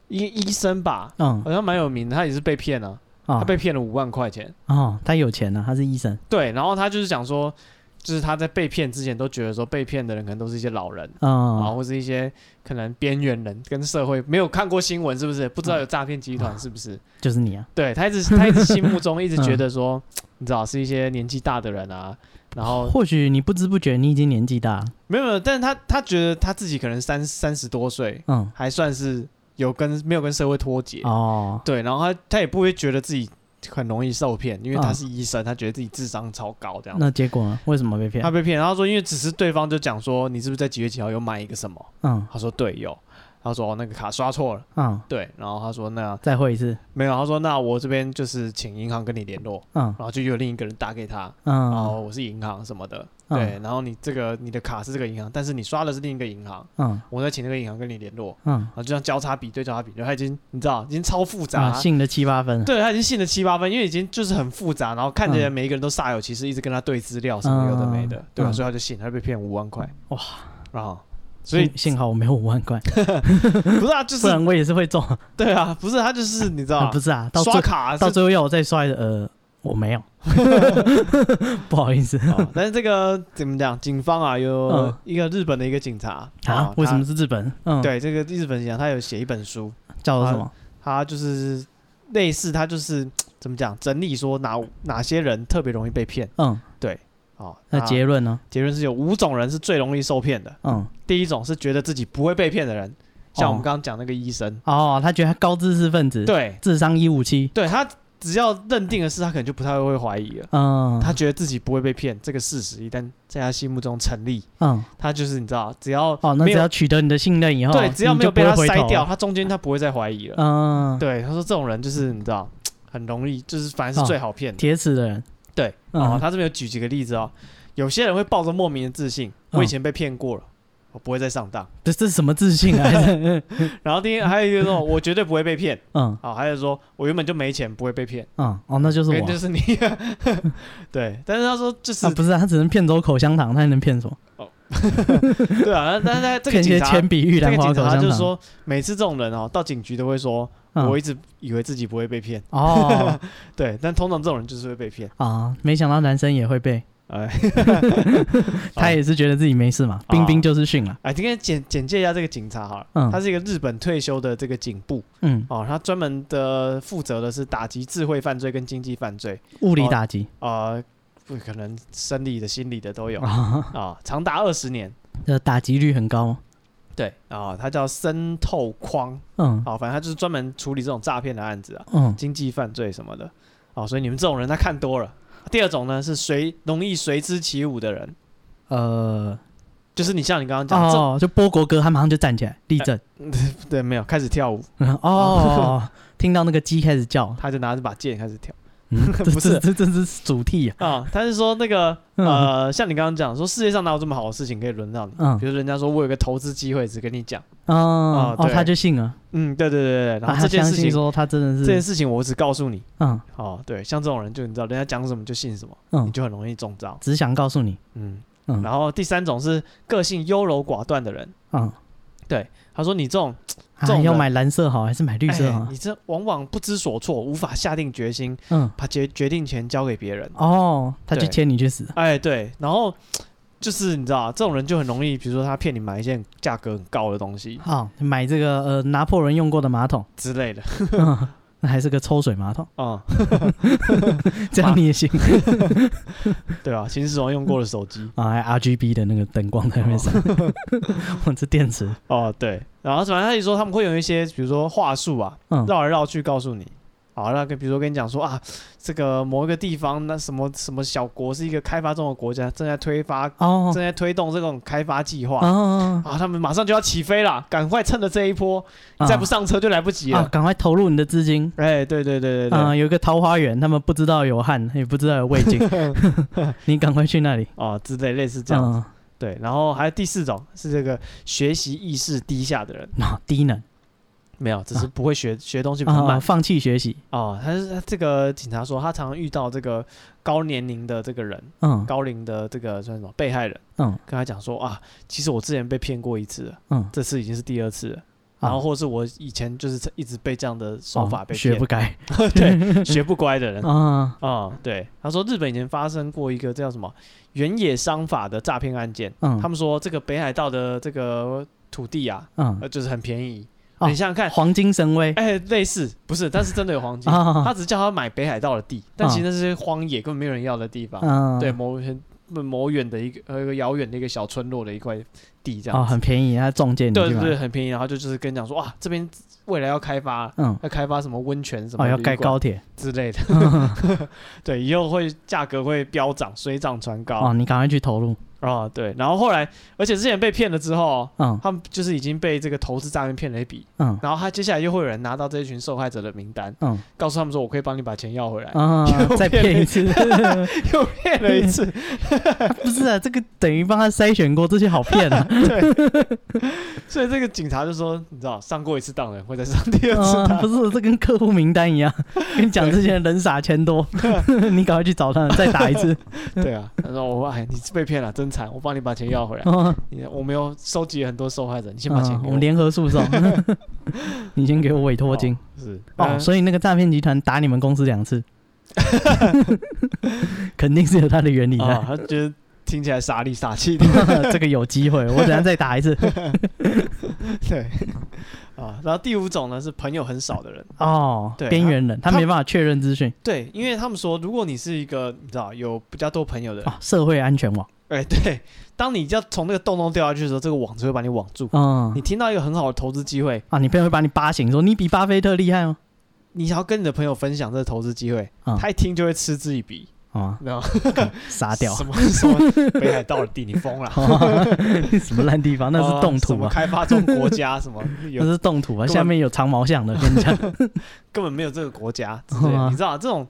一个医生吧，
嗯
好像蛮有名的，他也是被骗了，他
啊
被骗了五万块钱。
哦，他有钱啊，他是医生
对，然后他就是讲说，就是他在被骗之前都觉得说被骗的人可能都是一些老人。啊，
啊，
或是一些可能边缘人跟社会没有看过新闻，是不是不知道有诈骗集团是不是？
就是你啊，
对他一直他一直心目中一直觉得说，你知道是一些年纪大的人啊，然后
或许你不知不觉你已经年纪大了，
没有没有，但是他他觉得他自己可能三三十多岁，
嗯
还算是有跟没有跟社会脱节，
哦，
对，然后他他也不会觉得自己很容易受骗，因为他
嗯
是医生，他觉得自己智商超高这样。
那结果呢？为什么被骗
他？被骗，然后说因为只是对方就讲说你是不是在几月几号有买一个什么？
嗯
他说对有，他说哦那个卡刷错了。
嗯，
对，然后他说那
再会一次，
没有，他说那我这边就是请银行跟你联络，
嗯
然后就有另一个人打给他，然后
嗯
我是银行什么的，
嗯
对，然后你这个你的卡是这个银行，但是你刷的是另一个银行，
嗯
我再请那个银行跟你联络，
嗯，
然后就这样交叉比对交叉比对，他已经你知道已经超复杂，
啊，信了七八 分了，
对他已经信了七八分，因为已经就是很复杂，然后看起来每一个人都煞有其事，一直跟他对资料什么有的没的，
嗯
对吧、啊
嗯
所以他就信，他就被骗五万块，
哇
啊，所以
幸幸好我没有五万块，
不是啊，就
不
是
然我也是会中。
对啊， 不是他就是你知道、
啊 不是啊，到
刷
最
卡
到
是
最后要我再刷一个，呃，我 没有， 不好意思
哦但是这个怎么讲？警方啊，有
嗯
一个日本的一个警察
啊
哦，
为
他
什么是日本？嗯，，
对这个日本警察，他有写一本书，
叫做什么？
他就是类似，他就是怎么讲？整理说哪哪些人特别容易被骗
嗯，
哦。
那结论呢？
结论是有五种人是最容易受骗的。
嗯，
第一种是觉得自己不会被骗的人，像我们
哦
刚刚讲那个医生，
哦，他觉得他高知识分子，，
对
智商一五七，
对，他只要认定的事，他可能就不太会怀疑了。
嗯，
他觉得自己不会被骗，这个事实一旦在他心目中成立，
嗯，
他就是你知道，只要
哦，那
没
只
有
要取得你的信任以后，
对，只要
你
没
就
有被
不
他
会回
筛
头
掉，，他中间他不会再怀疑了。
嗯，
对，他说这种人就是你知道，很容易，就是反正是最好骗的。
铁齿的人，
对，
嗯
哦，他这边有举几个例子哦，有些人会抱着莫名的自信，我以
嗯
前被骗过了，我不会再上当。
这这是什么自信啊？
然后第一，还有一个说，我绝对不会被骗。
嗯
哦，还有说我原本就没钱，不会被骗，
嗯，哦，那就是
可
我
能 就是你。对，但是他说就是
啊，不是啊，他只能骗走口香糖，他还能骗什么？
对啊， 但是他这个
骗
警
些
察，
铅笔、玉
这个
兰花、
警
口
察
香
就是
糖。
说，每次这种人哦，到警局都会说，
嗯
我一直以为自己不会被骗。
哦
对，但通常这种人就是会被骗。
啊，没想到男生也会被。
哎，啊
他也是觉得自己没事嘛，冰冰就是训了。
哎，今天简简介一下这个警察哈，
嗯
他是一个日本退休的这个警部
嗯，
哦，他专门的负责的是打击智慧犯罪跟经济犯罪，
物理打击
呃，不可能生理的、心理的都有啊、
啊，
长达二十年。
呃，打击率很高。
对啊、他叫森透匡
嗯
啊、反正他就是专门处理这种诈骗的案子啊，
嗯
经济犯罪什么的哦，所以你们这种人他看多了。第二种呢是随容易随之起舞的人，
呃，
就是你像你刚刚讲，
哦，就波国歌，他马上就站起来立正。
这对没有开始跳舞，
哦，听到那个鸡开始叫，
他就拿着把剑开始跳
嗯这
不是
这这这是主题啊。
啊。他是说那个
嗯
呃，像你刚刚讲说，世界上哪有这么好的事情可以轮到你？
嗯
比如人家说我有个投资机会，只跟你讲，
哦哦，
对
他就信了，啊
嗯，对对对对，然
他
后这件
相
事
信
情，
说他真的
这件
是，
事情我只告诉你，
嗯
哦，对，像这种人就你知道，人家讲什么就信什么，你
嗯，
就很容易中招，
只想告诉你，
嗯。
嗯
然后第三种是个性优柔寡断的人，
嗯，
他说你这种这
啊
种
要
人
买蓝色好还是买绿色啊
哎
好？
你这往往不知所措，无法下定决心，
嗯，
把决决定权交给别人。
哦，他就
对
牵你去死，
哎，对，然后就是你知道，这种人就很容易，比如说他骗你买一件价格很高的东西
好买这个呃拿破仑用过的 马桶，
之类 的，
嗯那还是个抽水马桶，
嗯，
这样你也行
对啊，秦始皇用过的手机，
啊？还 RGB 的那个灯光在那 边闪，我这电池，
哦，对，然后反正他也说他们会有一些，比如说话术啊，
嗯
绕来绕去告诉你。好，那个比如说跟你讲说啊，这个某一个地方那什么什么小国是一个开发中的国家，正在推发、
哦
正在推动这种开发计划、
哦，
啊，他们马上就要起飞了，赶快趁着这一波，你再不上车就来不及了。
啊，赶快投入你的资金。
哎，对对对对对，
啊、有一个桃花源，他们不知道有汉，也不知道有魏 晋， 你赶快去那里。
哦，之类类似这样子。
嗯
对，然后还有第四种是这个学习意识低下的人，
啊，低能
没有，
哦
只是不会学、学东西比较
啊，
慢
放弃学习，
哦。他是他这个警察说，他常常遇到这个高年龄的这个人，
嗯
高龄的这个算什么被害人，
嗯
跟他讲说啊，其实我之前被骗过一次了，
嗯，
这次已经是第二次了。
啊
然后，或是我以前就是一直被这样的手
哦
法被骗，
学不该
对，学不乖的 人，
啊
啊、对，他说日本以前发生过一个叫什么原野商法的诈骗案件，
嗯
他们说这个北海道的这个土地啊，
嗯，
呃，就是很便宜，
哦
你想想看，
黄金神威
哎、类似不是，但是真的有黄金，
啊
他，只是叫他买北海道的地，但其实那是荒野，根本没有人要的地方，
嗯
对，某很某远的一个呃一个遥远的一个小村落的一块地这
哦，
样子，
很便宜，他中介你
对
去
对
买
对，，很便宜，然后就就是跟你讲说哇，这边未来要开发。
嗯，
要开发什么温泉什么、
哦，要盖高铁
之类的， 对，以后会价格会飙涨，水涨船高
哦，
啊、
你赶快去投入，
哦对，然后后来，而且之前被骗了之后，
嗯
他们就是已经被这个投资诈骗骗了一笔，
嗯
然后他接下来又会有人拿到这一群受害者的名单，
嗯
告诉他们说我可以帮你把钱要回来，
啊，再骗一次，
又骗了一次，
不是啊，这个等于帮他筛选过这些好骗啊，
所以这个警察就说，你知道上过一次当的人会再上第 二次
啊，
当，
不是，这跟客户名单 一样，跟你讲这些人傻钱多，你赶快去找他，再打一 次。
对啊，他说我哎你被骗了真惨，我帮你把钱要回来，
哦，
你我没有收集很多受害者，你先把钱
嗯
给
我
我
们，联合 诉讼，你先给我委托金。
是嗯
哦，所以那个诈骗集团打你们公司 两次，肯定是有它的原理
啊、
的。
他觉得听起来傻里傻 气的，
这个有机会，我等下再打一 次。
对，啊，然后第五种呢是朋友很少的人，
哦，
对啊
边缘人，他
他
没办法确认资讯。
对，因为他们说，如果你是一个你知道有比较多朋友的人，
哦，社会安全网。
哎、对，当你要从那个洞洞掉下去的时候，这个网只会把你网住。
嗯
你，听到一个很好的投资机会，
啊，你朋友会把你扒醒，说你比巴菲特厉害吗？哦
你想要跟你的朋友分享这个投资机会，
嗯
他一听就会嗤之以鼻，
啊，
然后
傻屌。
什。么什么北海道的地，你疯了
什么烂地方？那
哦
是冻
什
土
么
啊，
开发中国 家，什么有
那是冻土
根
啊，
本
下面有长毛象的，跟你 讲。
根本没有这个国家之类的，
哦啊
你知道这种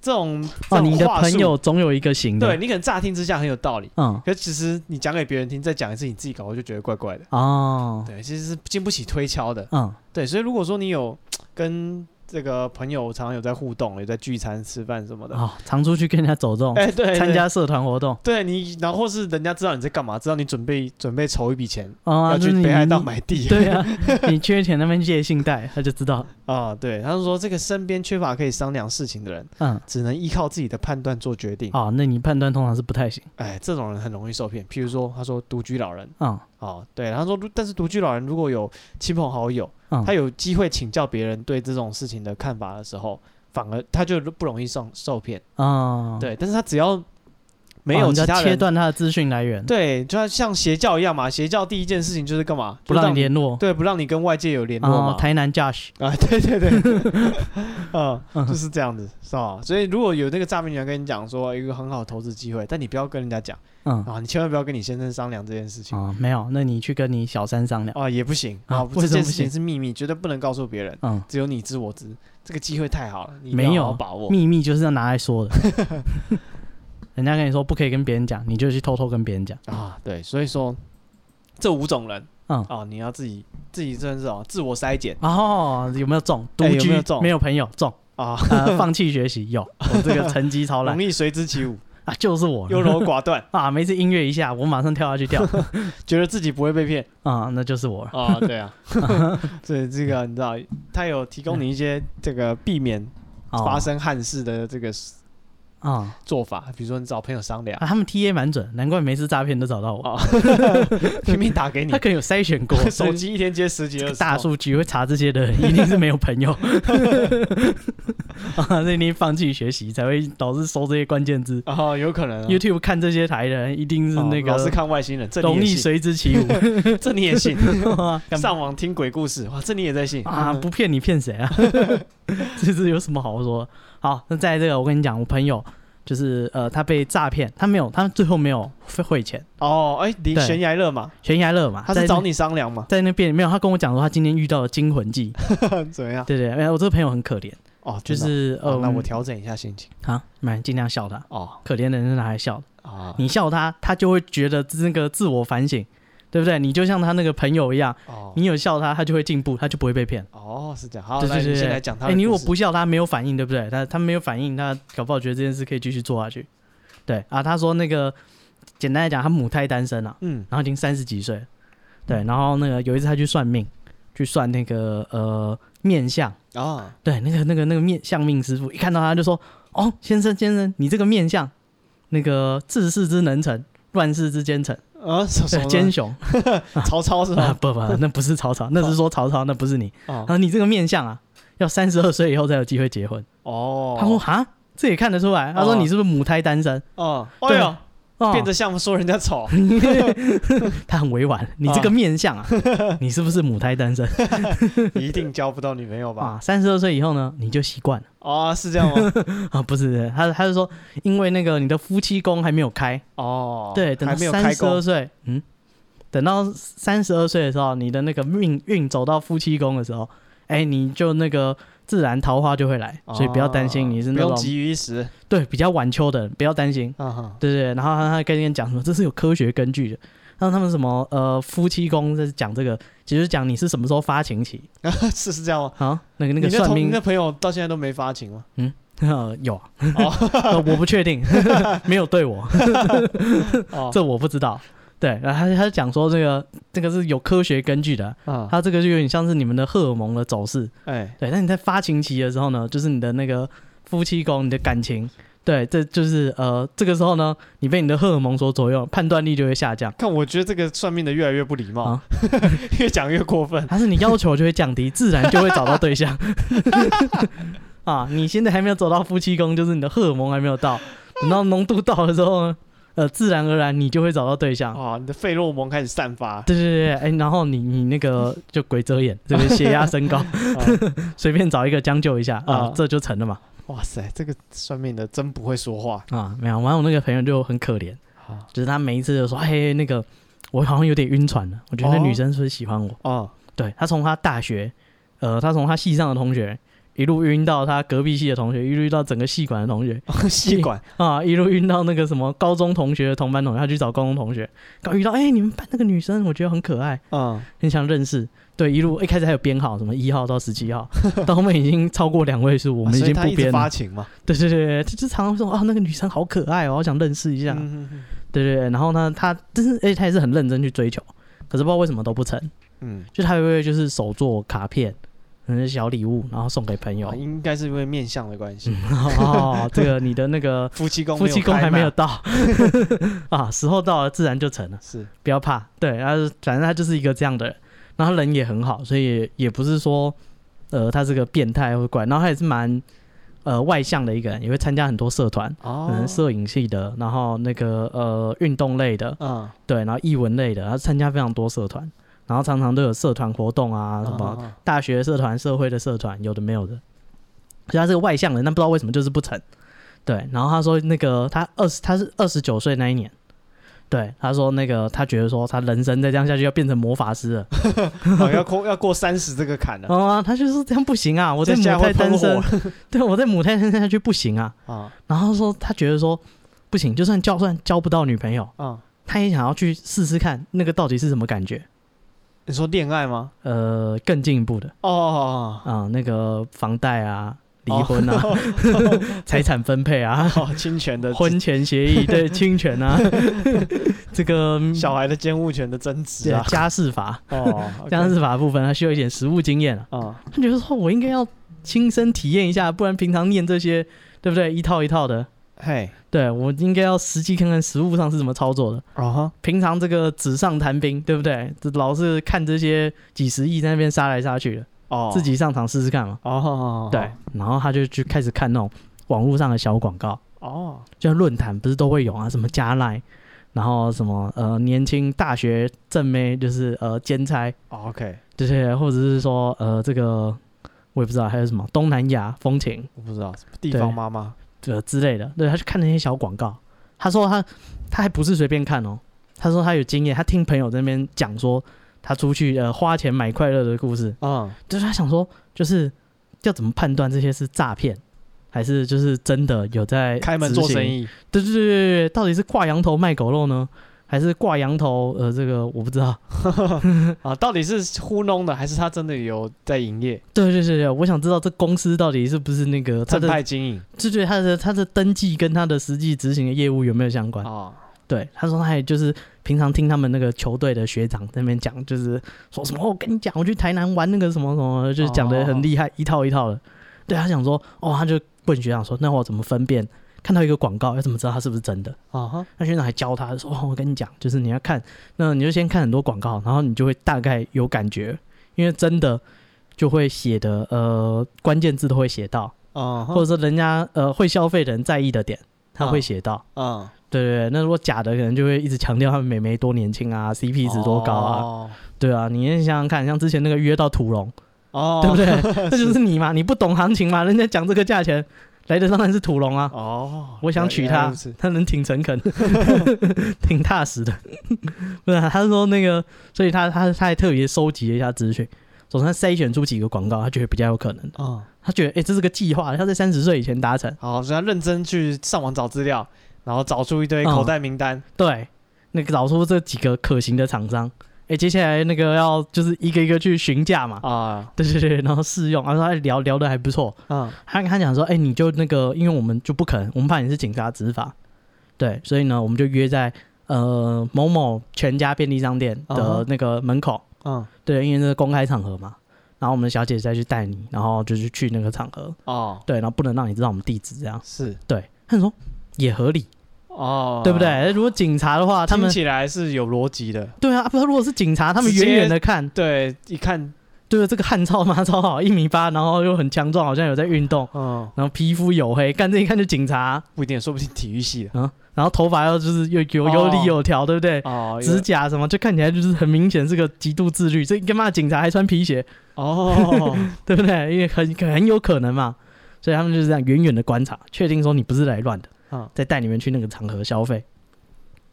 这种这
哦，
种
你的
话术
朋友总有一个行的。
对，你可能乍听之下很有道理，
嗯，
可其实你讲给别人听，再讲一次你自己搞，我就觉得怪怪的。
哦，
对，其实是经不起推敲的。
嗯
对，所以如果说你有呃跟这个朋友常常有在互动，有在聚餐、吃饭什么的，
哦，常出去跟人家走动，
哎、对，对
参。加社团活动。
对你，然后或是人家知道你在干嘛，知道你准备准备筹一笔钱、
哦啊，
要
就是
去
你
北海道买地，
对啊，你缺钱那边借信贷，他就知道。
啊，对，他就说这个身边缺乏可以商量事情的人，
嗯，
只能依靠自己的判断做决定。
哦，那你判断通常是不太行。
哎，这种人很容易受骗。譬如说，他说独居老人，
嗯
哦，对，他说，如但是独居老人如果有亲朋好友，
嗯
他有机会请教别人对这种事情的看法的时候，反而他就不容易上受骗。
哦，
对，但是他只要没有
你
其
要
他
切
人。
断他的资讯来源，
对，就像像邪教一样嘛，邪教第一件事情就是干嘛？
不
就
让你联络。
对，不让你跟外界有联络嘛
哦，。台南 Josh，
啊，对对 对，嗯，就是这样子，是吧？所以如果有那个诈骗集团跟你讲说一个很好的投资机会，但你不要跟人家讲
嗯，
啊，你千万不要跟你先生商量这件事情
哦，没有，那你去跟你小三商 量。
啊，也不行
啊
啊，
为
这
什么
件
不
事情
行
是秘密，绝对不能告诉别人，
嗯，
只有你知我知。这个机会太好了，你一定
没
要
有
好好把握。
秘密就是要拿来说的。 人家跟你说不可以跟别人讲，你就去偷偷跟别人讲。
啊，对，所以说这五种人，
嗯
啊，你要自己自己真的是哦，自我筛检
哦，有没有中？独
哎有没
居、
有中哦
没有朋友 中，
啊，
呃，放弃学 习有，我 这个成绩超烂
容易随之起舞，
啊，就是我
优柔寡断，
啊，每次音乐一下，我马上跳下去跳
觉得自己不会被骗
啊、那就是我了。
啊，对 啊，所以这个你知道，他有提供你一些这个避免
哦
发生憾事的这个
啊、
做法，比如说你找朋友商量
啊，他们 T A 蛮准，难怪每次诈骗都找到我。
啊，拼命打给你，
他，可能有筛选过
手机一天接十几
这
二
个
十
大
通
数据会查这些的人，一定是没有朋友， 啊，所以你放弃学习才会导致搜这些关键字。
啊，有可能啊
YouTube 看这些台的人，一定是
哦
那
老是
个
看外星人，这你
容
也
易
信，
随之起 舞
这你也信，
干
上嗯网听鬼故事，哇，这你也在信
啊！不骗你骗谁啊？ 这是有什么好说？好，那在这个我跟你讲，我朋友就是呃，他被诈骗，他没有，他最后没有汇钱，
哦，哎，离
对
悬崖勒马，
悬崖勒马。
他
在
是
那
找你商量吗？
在那边没有，他跟我讲说他今天遇到了惊魂记，
怎么样？
对对，哎，我这个朋友很可怜，
哦，
就
真的
是
哦
呃，
哦，那我调整一下心情。
好，蛮尽量笑他，
哦
可怜的人是拿来笑的，
啊，
你笑他，他就会觉得那个自我反省，对不对？你就像他那个朋友一样，
哦
你有笑他，他就会进步，他就不会被骗。
哦是这样，好，
对
那
对
你
对
先
对，
来讲他
哎，
的
你如
故
果
事
不笑他没有反应，对不对？他他没有反应，他搞不好觉得这件事可以继续做下去。对啊，他说那个简单来讲，他母胎单身啊，
嗯
然后已经三十几岁了，对，然后那个有一次他去算命，去算那个呃面相，
啊
对，那个那个那个面相命师傅一看到他就说：“哦，先生先生，你这个面相，那个治世之能臣，乱世之奸臣，
啊什什
对
么
奸雄
曹操是
啊，
吧？
不不，那不是曹操，那是说曹操，那不是你。
哦
啊，你这个面相啊，要三十二岁以后才有机会结婚。”
哦，
啊他说：“哈，这也看得出来。”他说：“
哦
你是不是母胎单身
哦，哎
对
呦，？”
哦，
变得像说人家 丑
他很委婉，你这个面相啊，
哦
你是不是母胎单身
一定交不到女朋友吧？
啊？三十二岁以后呢，你就习惯了。
哦，是这样吗？
啊，不是，他他是说，因为那个你的夫妻宫还没有开，
哦，
对，等
还
到
没有
三
开
十二
工
岁，嗯，等到三十二岁的时候，你的那个命运走到夫妻宫的时候，哎，你就那个自然桃花就会来，所以不要担
哦
心，你是
不
那
用
种
急于一时
对比较晚秋的人，不要担心，
啊哈
对对。对然后他他跟人讲什么，这是有科学根据的。让他们什么呃夫妻宫在讲这个，其实讲你是什么时候发情期
是是这样吗？
啊？那个
你
那个
那
算
同你
命
那朋友到现在都没发 情吗？
呃有啊，呃 我不确定，没有对我。
哦
这我不知道。对，然后他他讲说这个这个是有科学根据的，
啊，
它这个就有点像是你们的荷尔蒙的走势。
哎
对，那你在发情期的时候呢，就是你的那个夫妻宫，你的感情，对，这就是呃这个时候呢，你被你的荷尔蒙所左右，判断力就会下降，
看我觉得这个算命的越来越不礼貌
啊，
越讲越过 分。
但是你要求就会降低，自然就会找到对象。 啊，你现在还没有走到夫妻宫，就是你的荷尔蒙还没有到，等到浓度到的时候呢，呃，自然而然你就会找到对象。
哦，你的费洛蒙开始散发，
啊对对对，哎、然后你你那个就鬼遮眼，这个血压升高， 随便找一个将就一下啊、
啊
这就成了嘛
哇塞，这个算命的真不会说话
啊，没有，完我那个朋友就很可怜，
啊！
就是他每一次就说，嘿，那个我好像有点晕船了，我觉得
哦
那女生是不是喜欢我？
哦，
对他从他大学，呃，他从他系上的同学一路晕到他隔壁系的同学，一路晕到整个系馆的同学，
吸管
啊，一路晕到那个什么高中同学、同班同学，他去找高中同学，刚遇到，哎、你们班那个女生，我觉得很可爱，
啊，
很想认识。对，一路一开始还有编号，什么一号到十七号， 到后面已经超过两位数，我们已
啊所以
经
他
不
一直
编
发
了。
情嘛，
对对对对，就就常常说啊，那个女生好可爱哦，好想认识一下。
嗯嗯
对对对，然后呢，他但是而且他也是很认真去追求，可是不知道为什么都不成，
嗯，
就他会不会就是手做卡片，可能是小礼物，然后送给朋友
有，。啊应该是哦因为面相的关系，
哦，这个你的 那个
夫妻宫
夫妻宫还没有
开
到 啊，时候到了自然就成了。
嘛是
不要怕，对，然后反正他就是一个这样的人，然后人也很好，所以也也不是说，呃，他是个变态或怪，然后他也是蛮呃外向的一个人，也会参加很多社团，可
哦，
能摄影系的，然后那个呃运动类的，
嗯，
对，然后艺文类的，他参加非常多社团，然后常常都有社团活动
嗯
啊，什么
么？
大学社团、社会的社团，有的没有的。所以他是个外向人，但不知道为什么就是不成。对，然后他说那个他二十，他是二十九岁那一年。对，他说那个他觉得说他人生再这样下去要变成魔法师了。
哦要过要过三十这个坎了
嗯啊，他就是这样不行啊，我在母
接下来会
胎
喷
单身
火，
对我在母胎单身下去不行啊。
啊
然后说他觉得说不行，就算交算交不到女朋友，
啊！
他也想要去试试看那个到底是什么感觉。
你说恋爱吗？
呃，更进一步的
哦，
啊、那个房贷啊、离婚啊、财产分配啊、
哦，侵权的
婚前协议、对侵权啊，这个嗯
小孩的监护权的争执
对
啊，
家事法、
哦，
家事法的部分，他需要一点实务经验啊。
啊，
他觉得说，我应该要亲身体验一下，不然平常念这些，对不对？一套一套的，
嘿，
对我应该要实际看看实务上是怎么操作的。
哦哈，
平常这个纸上谈兵，对不对？这老是看这些几十亿在那边杀来杀去的，
哦，
自己上场试试看嘛。
哦，
对，，然后他就去开始看那种网络上的小广告，
哦，
就像论坛不是都会有啊，什么加赖，然后什么呃年轻大学正妹，就是呃兼差
哦，OK，
这些，或者是说呃这个我也不知道还有什么东南亚风情
我不知道什么地方妈妈
呃之类的，对，他去看那些小广告，他说他他还不是随便看哦，他说他有经验，他听朋友在那边讲说他出去呃花钱买快乐的故事，
啊，
就是他想说，就是要怎么判断这些是诈骗，还是就是真的有在
开门做
执行
生？意，
对对对对对，到底是挂羊头卖狗肉呢，还是挂羊头？呃，这个我不知道。
啊，到底是糊弄的还是他真的有在营业
对对对对，我想知道这公司到底是不是那个他
正
的，
派经营
就对他的他的登记跟他的实际执行的业务有没有相关？
啊？
对，他说他也就是平常听他们那个球队的学长在那边讲，就是说什么、哦我跟你讲，我去台南玩那个什么什么，就是讲的很厉害，一套一套的。对他想说，哦，他就问学长说，那我怎么分辨看到一个广告要怎么知道它是不是真的？
啊哈，
那学长还教他说、哦我跟你讲，就是你要看，那你就先看很多广告，然后你就会大概有感觉，因为真的就会写的呃关键字都会写到，
啊
或者说人家呃会消费的人在意的点，他会
嗯
写到。
啊，
对对对，那如果假的，可能就会一直强调他们美眉多年轻啊，CP 值多高啊，
哦，
对啊，你想想看，像之前那个约到屠龙，
哦
对不？对？ 那就是你嘛，你不懂行情嘛，人家讲这个价钱，来的当然是屠龙啊。
哦，
我想娶她，他人挺诚 恳，挺踏实的。 不是、啊，他说那个，所以他他他还特别收集了一下资讯，总算筛选出几个广告，他觉得比较有可能。
啊，
他觉得，哎、这是个计划，要在三十岁以前达成。
好，所以他认真去上网找资料，然后找出一堆
嗯
口袋名单，
对，那个找出这几个可行的厂商。哎、接下来那个要就是一个一个去询价嘛。
啊，
对对对，然后试用，然后他哎聊聊的还不错。
嗯，
他他讲说，哎、你就那个，因为我们就不可能，我们怕你是警察执法，对，所以呢，我们就约在呃某某全家便利商店
嗯
的
哼
那个门口。
嗯，
对，因为这是公开场合嘛，然后我们的小姐再去带你，然后就是去那个场合，
哦，
对，然后不能让你知道我们地址这样。
是，
对，他说也合理，
哦，
对不？对？如果警察的话，他
听
们
起来是有逻辑的，
对啊，不，如果是警察，他们
直接
远远的看，
对，一看，
对，啊这个汉超嘛 超好，一米八，然后又很强壮，好像有在运动，
嗯，
然后皮肤黝黑，干这一看就警察，
不一定，说不定体育系的，
嗯，然后头发又就是又有
哦
有理有条，对不对？
哦，有
指甲什么，就看起来就是很明显是个极度自律，这干嘛警察还穿皮鞋，
哦，
对不对？因为很很有可能嘛，所以他们就是这样远远的观察，确定说你不是来乱的，
嗯
再带你们去那个场合消费。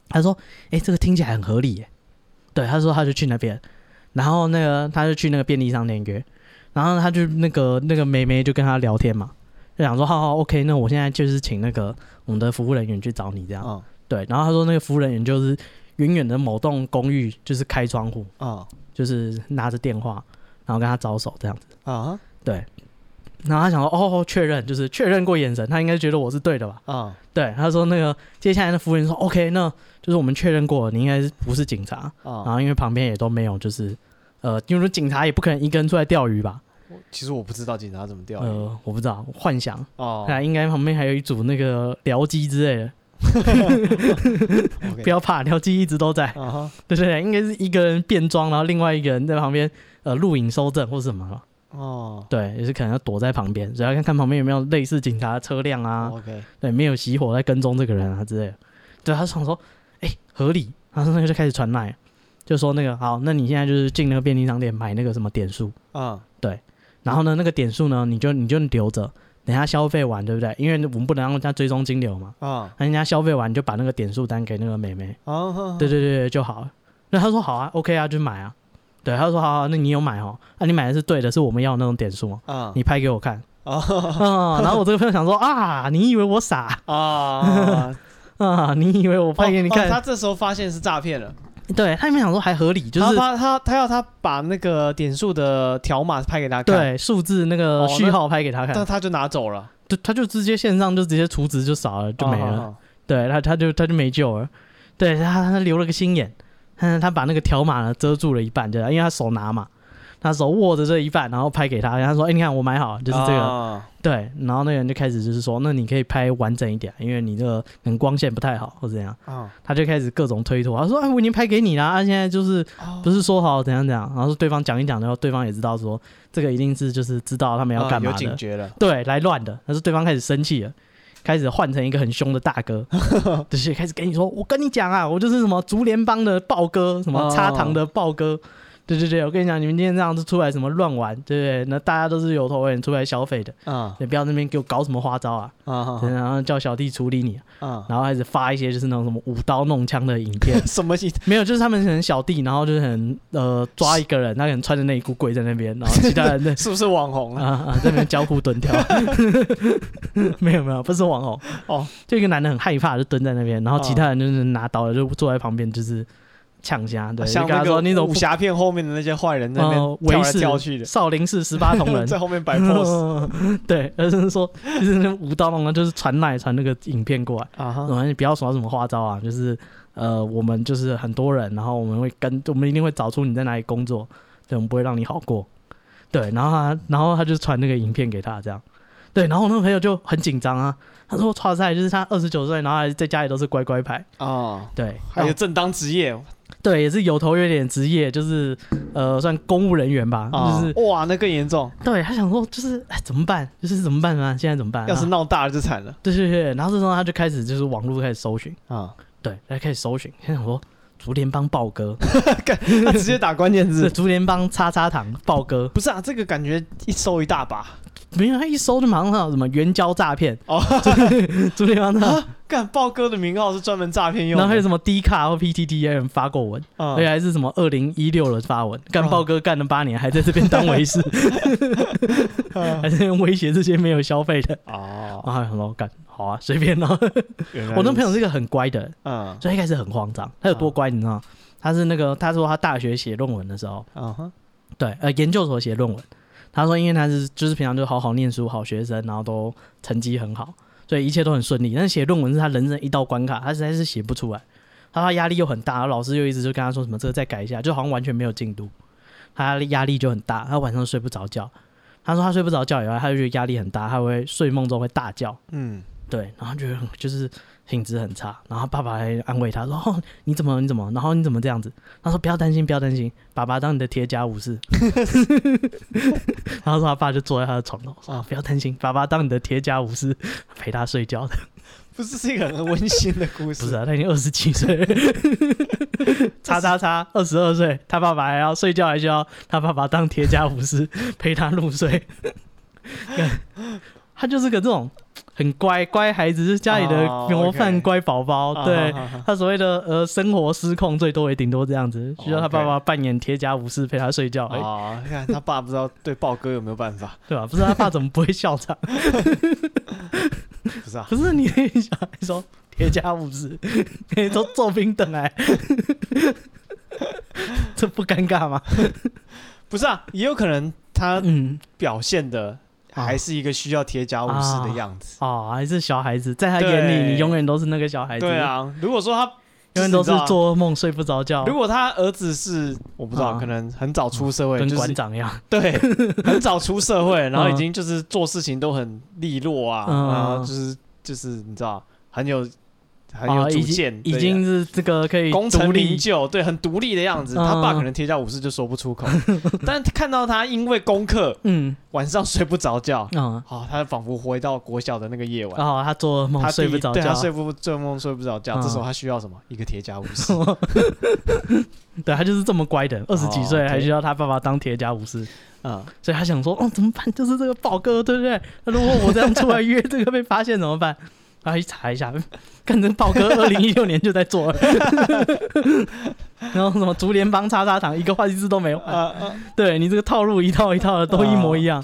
他说：“哎、这个听起来很合理耶。”对，他说他就去那边，然后那个他就去那个便利商店约，然后他就那个那个妹妹就跟他聊天嘛，就想说：“好好，OK，那我现在就是请那个我们的服务人员去找你这样。
嗯，
对，然后他说那个服务人员就是远远的某栋公寓，就是开窗户，
啊，
就是拿着电话，然后跟他招手这样子。
啊，
然后他想说，哦，确认，就是确认过眼神，他应该觉得我是对的吧？
啊，
对，他说那个接下来的服务员说，OK，那就是我们确认过了，你应该是不是警察？然
啊，
后因为旁边也都没有，就是呃，因为说警察也不可能一个人出来钓鱼吧？
我其实我不知道警察怎么钓鱼，
呃，我不知道，我幻想，
哦
那、应该旁边还有一组那个僚机之类的，
，OK，
不要怕，僚机一直都 在，
啊哈，
对对对，应该是一个人变装，然后另外一个人在旁边呃录影收证或什么。
哦
对，也是可能要躲在旁边，只要看看旁边有没有类似警察的车辆啊，
，OK，
对，没有熄火在跟踪这个人啊之类的。对，他想说，哎、合理。然后那个就开始传来，就说那个好，那你现在就是进那个便利商店买那个什么点数，
嗯，
然后呢，那个点数呢，你就你就留着，等下消费完，对不对？因为我们不能让人家追踪金流嘛，
啊，
那人家消费完你就把那个点数单给那个妹妹，
哦，
对对对对就好了。那他说好啊，OK 啊，就买啊。对，他说好、啊，那你有买哦，啊，你买的是对的，是我们要的那种点数哦，
啊，
你拍给我看。
哦
嗯，然后我这个朋友想说啊，你以为我傻
啊，
啊？你以为我 拍给你
哦
看？
他这时候发现是诈骗了，
对他也没想说还合理，就
他
是
他他他要他把那个点数的条码拍给他看，，
对数字那个
哦
序号拍给他看
但，他就拿走了，
就他就直接线上就直接除值就少了就没了。
哦，
对他，他就他就没救了。对他，他留了个心眼，他他把那个条码呢遮住了一半，就啊因为他手拿嘛，他手握着这一半，然后拍给他，然后他说：“哎、你看我买好了，就是这个。
个，
对，然后那个人就开始就是说：“那你可以拍完整一点，因为你这个可能光线不太好或怎样。
哦”
他就开始各种推脱，他说：“哎，我已经拍给你了，啊，现在就是
哦
不是说好怎样怎样。”然后对方讲一讲，然后对方也知道说这个一定是就是知道他们要
啊
干嘛
有
的，
警觉了，
对，来乱的。但是对方开始生气了，开始换成一个很凶的大 哥，就是开始跟你说：“我跟你讲啊，我就是什么竹联帮的豹哥，什么插堂的豹哥。
哦
对对对，我跟你讲，你们今天这样子出来什么乱玩，对不对？那大家都是有头有脸出来消费的，
啊
你不要那边给我搞什么花招啊！
啊
然后叫小弟处理你，
啊，，
然后开始发一些就是那种什么舞刀弄枪的影片
什么意思？
没有，就是他们很小弟，然后就是很呃抓一个人，他可能穿着内裤跪在那边，然后其他人在
是不是网红啊？
啊啊，在那边交互蹲跳， 没有没有，不是网红
哦，
就一个男的很害怕，就蹲在那边，然后其他人就是拿刀的，就坐在旁边就是呛虾，对，
像
就
那
跟他说
个
那种
武侠片后面的那些坏人在那
呃
边跳
维
来
氏
跳去的，
少林寺十八铜人，
在后面 摆 pose
对，而是说就是那种舞刀弄的，就是传来传那个影片过来，
啊
然
哈，
后你不要耍什么花招啊，就是呃，我们就是很多人，然后我们会跟，我们一定会找出你在哪里工作，对，我们不会让你好过。对，然后他，然后他就传那个影片给他，这样。对，然后我那个朋友就很紧张啊，他说：“哇塞，就是他二十九岁，然后还在家里都是乖乖牌，
哦，
对，
还有正当职
啊
业，
对，也是有头有脸职业，就是呃，算公务人员吧，
啊
就是
哇，那更严重，
对他想说，就是哎怎么办，就是怎么办啊？现在怎么办、啊？
要是闹大了就惨了
对对对，然后这时候他就开始就是网络开始搜寻，
啊！
对，他开始搜寻，他想说竹联帮豹哥，
他直接打关键
是
字，
竹联帮叉叉堂豹哥，
不是啊，这个感觉一收一大把，
没有他一搜就马上看到什么援交诈骗
哦，
竹联帮 诈骗，
干豹哥的名号是专门诈骗用
然后还有
的，
什么 D 卡或 PTT 也有哎人发过文，
啊
而且还是什么二零一六的发文，干
哦
豹哥干了八年，还在这边当维士，
啊
还在威胁这些没有消费的，
哦，
啊，很好干。好啊，随便哦。
原来
我那朋友
如嗯
是一个很乖的人，
此，嗯
所以一开始很慌张。他有多乖，你知道吗？他是那个，他说他大学写论文的时候，
啊哈，
对，呃，研究所写论文。他说，因为他是就是平常就好好念书，好学生，然后都成绩很好，所以一切都很顺利。但是写论文是他人生一道关卡，他实在是写不出来。他说他压力又很大，老师又一直就跟他说什么这个再改一下，就好像完全没有进度，他压力就很大，他晚上睡不着觉。他说他睡不着觉以外，他就觉得压力很大，他会睡梦中会大叫，
嗯
对，然后觉得很就是品质很差，然后爸爸还安慰他说：“哦，你怎么你怎么，然后你怎么这样子？”他说：“不要担心，不要担心，爸爸当你的铁甲武士。” 然后说他爸就坐在他的床头说：“哦不要担心，爸爸当你的铁甲武士，陪他睡觉的。
不是是一个很温馨的故”
不是、
事，
啊，他已经二十七岁 了，叉叉叉，二十二岁，他爸爸还要睡觉，还需要他爸爸当铁甲 武士陪他入睡。 他就是个这种很乖乖孩子，就是家里的
哦
模范
OK
乖宝宝。
啊
对，
哈哈哈
他所谓的呃生活失控，最多也顶多这样
哦
子，需要他爸爸扮演铁甲武士陪他睡觉，哎、
啊，看他爸不知道对豹哥有没有办 法，
对吧？不是他爸怎么不会笑场？
不是啊，
不是你跟小孩说铁甲武 士，可以都坐平等哎、 这不尴尬吗？
不是啊，也有可能他
嗯，
表现的还是一个需要铁甲武士的样子。
哦，还是小孩子，在他眼里，
对
你永远都是那个小孩子，
对，啊，如果说他
永远都是
你知道啊
做噩梦睡不着觉
如，果他儿子是我不知道，
啊
可能很早出社会，
跟
就
馆
是
长一样，
对，啊很早出社会，然后
嗯
已经就是做事情都很利落啊，
嗯
然后就是就是你知道很有很
啊，
有主
已
见
经，
对
已经是这个可以
功
独
成
立
名就，对，很独立的样子。他爸
嗯
可能贴家五四就说不 出口，但看到他因为功课
嗯
晚上睡不着觉，
啊，
好、他仿佛回到国小的那个夜晚。
然后他做噩梦
他
哦睡
第
不
一
着
对
觉
他，睡不做梦睡不着觉，
嗯哦
这时候他需要什么？一个铁甲武士。
对他就是这么乖的，二十几
哦
岁
，OK
还需要他爸爸当铁甲武士，
嗯，
所以他想说，哦，怎么办？就是这个宝哥，对不对？那如果我这样出来约这个被发现怎么办？然后一查一下，看这个宝哥二零一六年就在做了，然后什么竹联帮叉叉糖，一个话题字都没有，
呃呃，
对你这个套路一套一套的都一模一样。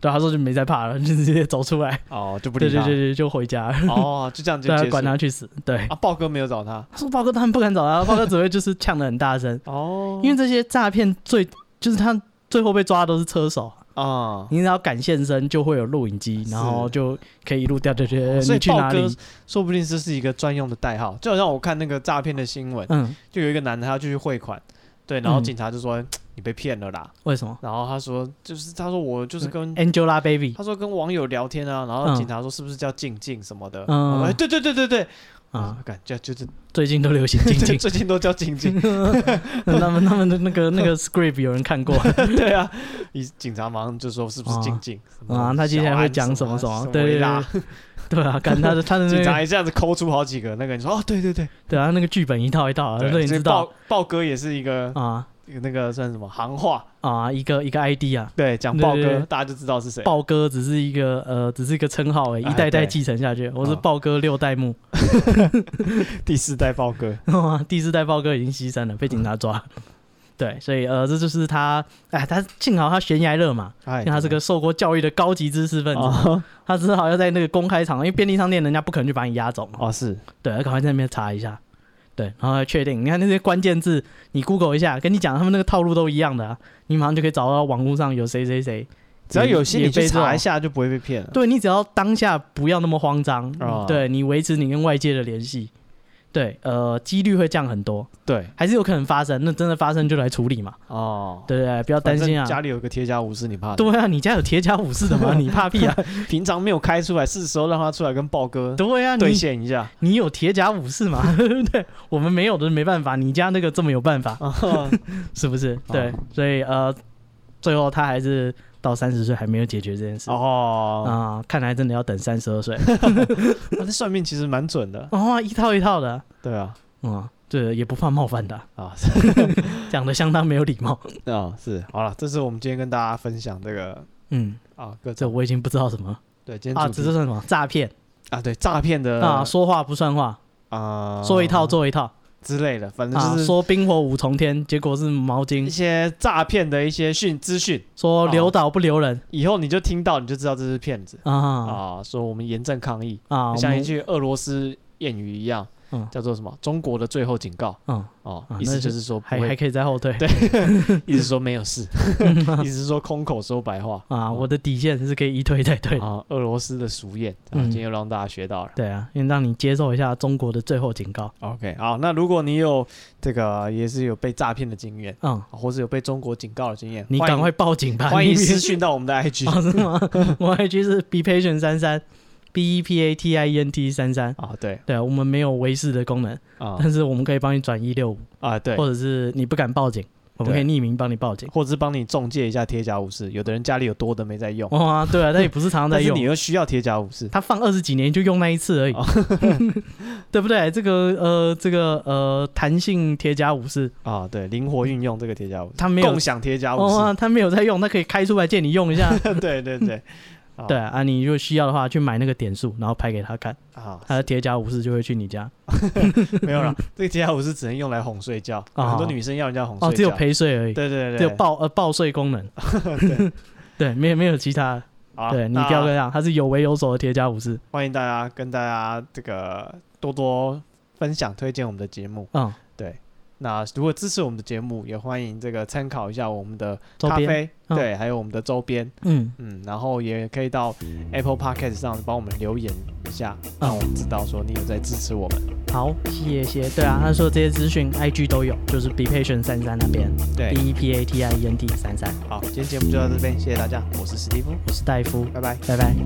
对，他说就没再怕了，就直接走出来，
哦，就不理
对
他。
对对对，就回家了，
哦，就这样就
对啊
结，束。
管他去死。对，
啊，豹哥没有找他。
他说豹哥他们不敢找他，豹哥只会就是呛得很大声，
哦，
因为这些诈骗最就是他最后被抓的都是车手，
啊，
你只要敢现身就会有录影机，
是哦
然后就可以一路调调调，
所以
你去
豹
哪
哥
里？
说不定这是一个专用的代号，就好像我看那个诈骗的新闻，
嗯，
就有一个男的他要去汇款，对，然后
嗯
警察就说哎你被骗了啦，
为什么
然后他说就是他说我就是跟
？Angelababy
他说跟网友聊天啊，然后
哎嗯
警察说是不是叫静静什么的，
嗯
我说哎对对对对对，啊
啊，，
感觉就是
最近都流行晶
最
晶，
最近都叫静 静，
那他们他们的那个那个 script 有人 看过
对啊，一警察马上就说是不是静静什么
啊？他接下来
小
会
安
讲什么
什
什么？
么
对
维
对
拉
对，对啊，看他的他的那
警察
个
一下子抠出好几个那个，你说哦对对对，
对啊，那个剧本一套一套啊，
对
所以你
所以
知道
豹豹哥也是一个
啊
那个算什么行话，
啊，一个一个 ID 啊，
对，讲
对
豹
对
哥
对
大家就知道是谁。
豹哥只是一个呃，只是一个称号而已，
哎
一代代
对
继承下去。我是
嗯
豹哥六代目，
第四代豹哥，
哇，第四代豹哥已经牺牲了，被 警察抓。对，所以呃，这就是他，哎，他幸好他悬崖勒马，
哎
因为他是个受过教育的高级知识分子，
哦
他只好要在那个公开场合，因为便利商店人家不可能去把你押走嘛，
哦是
对，他赶快在那边查一下，对，然后来确定，你看那些关键字，你 Google 一下，跟你讲他们那个套路都一样的、啊，你马上就可以找到网络上有谁谁谁，
只要有心
也
你去
被这种
查一下就不会被骗了。
对你只要当下不要那么慌张，
哦
对你维持你跟外界的联系，对，呃，几率会降很多，
对
还是有可能发生。那真的发生就来处理嘛，
哦，
对不对？不要担
反正
心啊。
家里有个铁甲武士，你怕？，
对啊，你家有铁甲武士的吗？你怕屁啊！
平常没有开出来，是时候让他出来跟豹哥
对啊，
对
你
线一 下。
你有铁甲武士嘛？对不 对？我们没有的没办法，你家那个这么有办法，
哦
是不是？对，所以呃，最后他还是到三十岁还没有解决这件事啊、 啊
哦，
看来真的要等三十 二岁
那这算命其实蛮准的。
哦，一套一套的啊，
对啊，
嗯，这也不怕冒犯的啊、
啊
讲的相当没有礼貌。
是啊是，好了，这是我们今天跟大家分享这个
嗯，
啊各
这
种
我已经不知道什么
对今
啊，
天
这
主
是
题
什么诈骗
啊对诈骗的
啊？说话不算话，
啊
说一套做一套
之类的，反正
啊
就！是哦
说冰火五重天，结果是毛
一
巾；
些诈骗的一些讯资讯，
说
啊
留岛不留人
以后你就听到你就知道这是骗子
啊
啊！说我们严正抗议，
啊！
像一
我们
句俄罗斯谚语一样
嗯，
叫做什么“中国的最后警告
嗯，”
哦
啊，
意
那
思
是
就是说不
还还
会，
可以再后退
对意思说没有 事， 意思说空口说白话
啊！我的底线是可以一退再退的。
啊，俄罗斯的俗谚，啊
嗯
今天又让大家学到了。
对啊，因为让你接受一下中国的最后警告。
OK，好，那如果你有这个也是有被诈骗的经验，
嗯，
啊或是有被中国警告的经验，
你
欢迎
赶快报警吧！
欢迎
你
私讯到我们 的 IG
哦，是吗？ 我 IG 是 be patient 三三，b e p a t i e n t 三三。
啊，对
对啊，我们没有维视的功能，
啊
但是我们可以帮你转一六五，
啊对，
或者是你不敢报警，我们可
对
以匿名帮你报警。
或者是帮你中介一下铁甲武士，有的人家里有多的没在用，
哇、对啊，但也不是常常在
但是你
用，
又需要铁甲武士，
他放二十几年就用那一次而已，
哦
对不对？这个呃，这个呃，弹性铁甲武士，
啊，对，灵活运用这个铁甲武士，
他没有
共享铁甲武士，
哦、啊，他没有在用，他可以开出来借你用一下。
对对对，啊
对啊，啊你如果需要的话，去买那个点数，然后拍给他看，
啊，
他的铁甲武士就会去你家。
没有了，这个铁甲武士只能用来哄睡觉，
哦
很多女生要人家哄睡觉，
哦，只有陪睡而已，
对对对，
只有报呃报税功 能。对，没有没有其他的。
好，啊
对你
那
不要跟他讲，他是有为有所的铁甲武士。
欢迎大家跟大家这个多多分享推荐我们的节目，
嗯，
那如果支持我们的节目，也欢迎这个参考一下我们的
周
咖
边。
啡，
嗯
对，还有我们的周边。
嗯，
嗯，然后也可以到 Apple Podcast 上帮我们留言一下，
嗯
让我们知道说你有在支持我们。
好，谢谢。对啊，他说这些资讯 IG 都有，就是 Be Patient 三三那边
对，
，B E P A T I E N T 三三。
好，今天节目就到这边，谢谢大家，我是史蒂夫，
我是戴夫，
拜拜。
拜拜。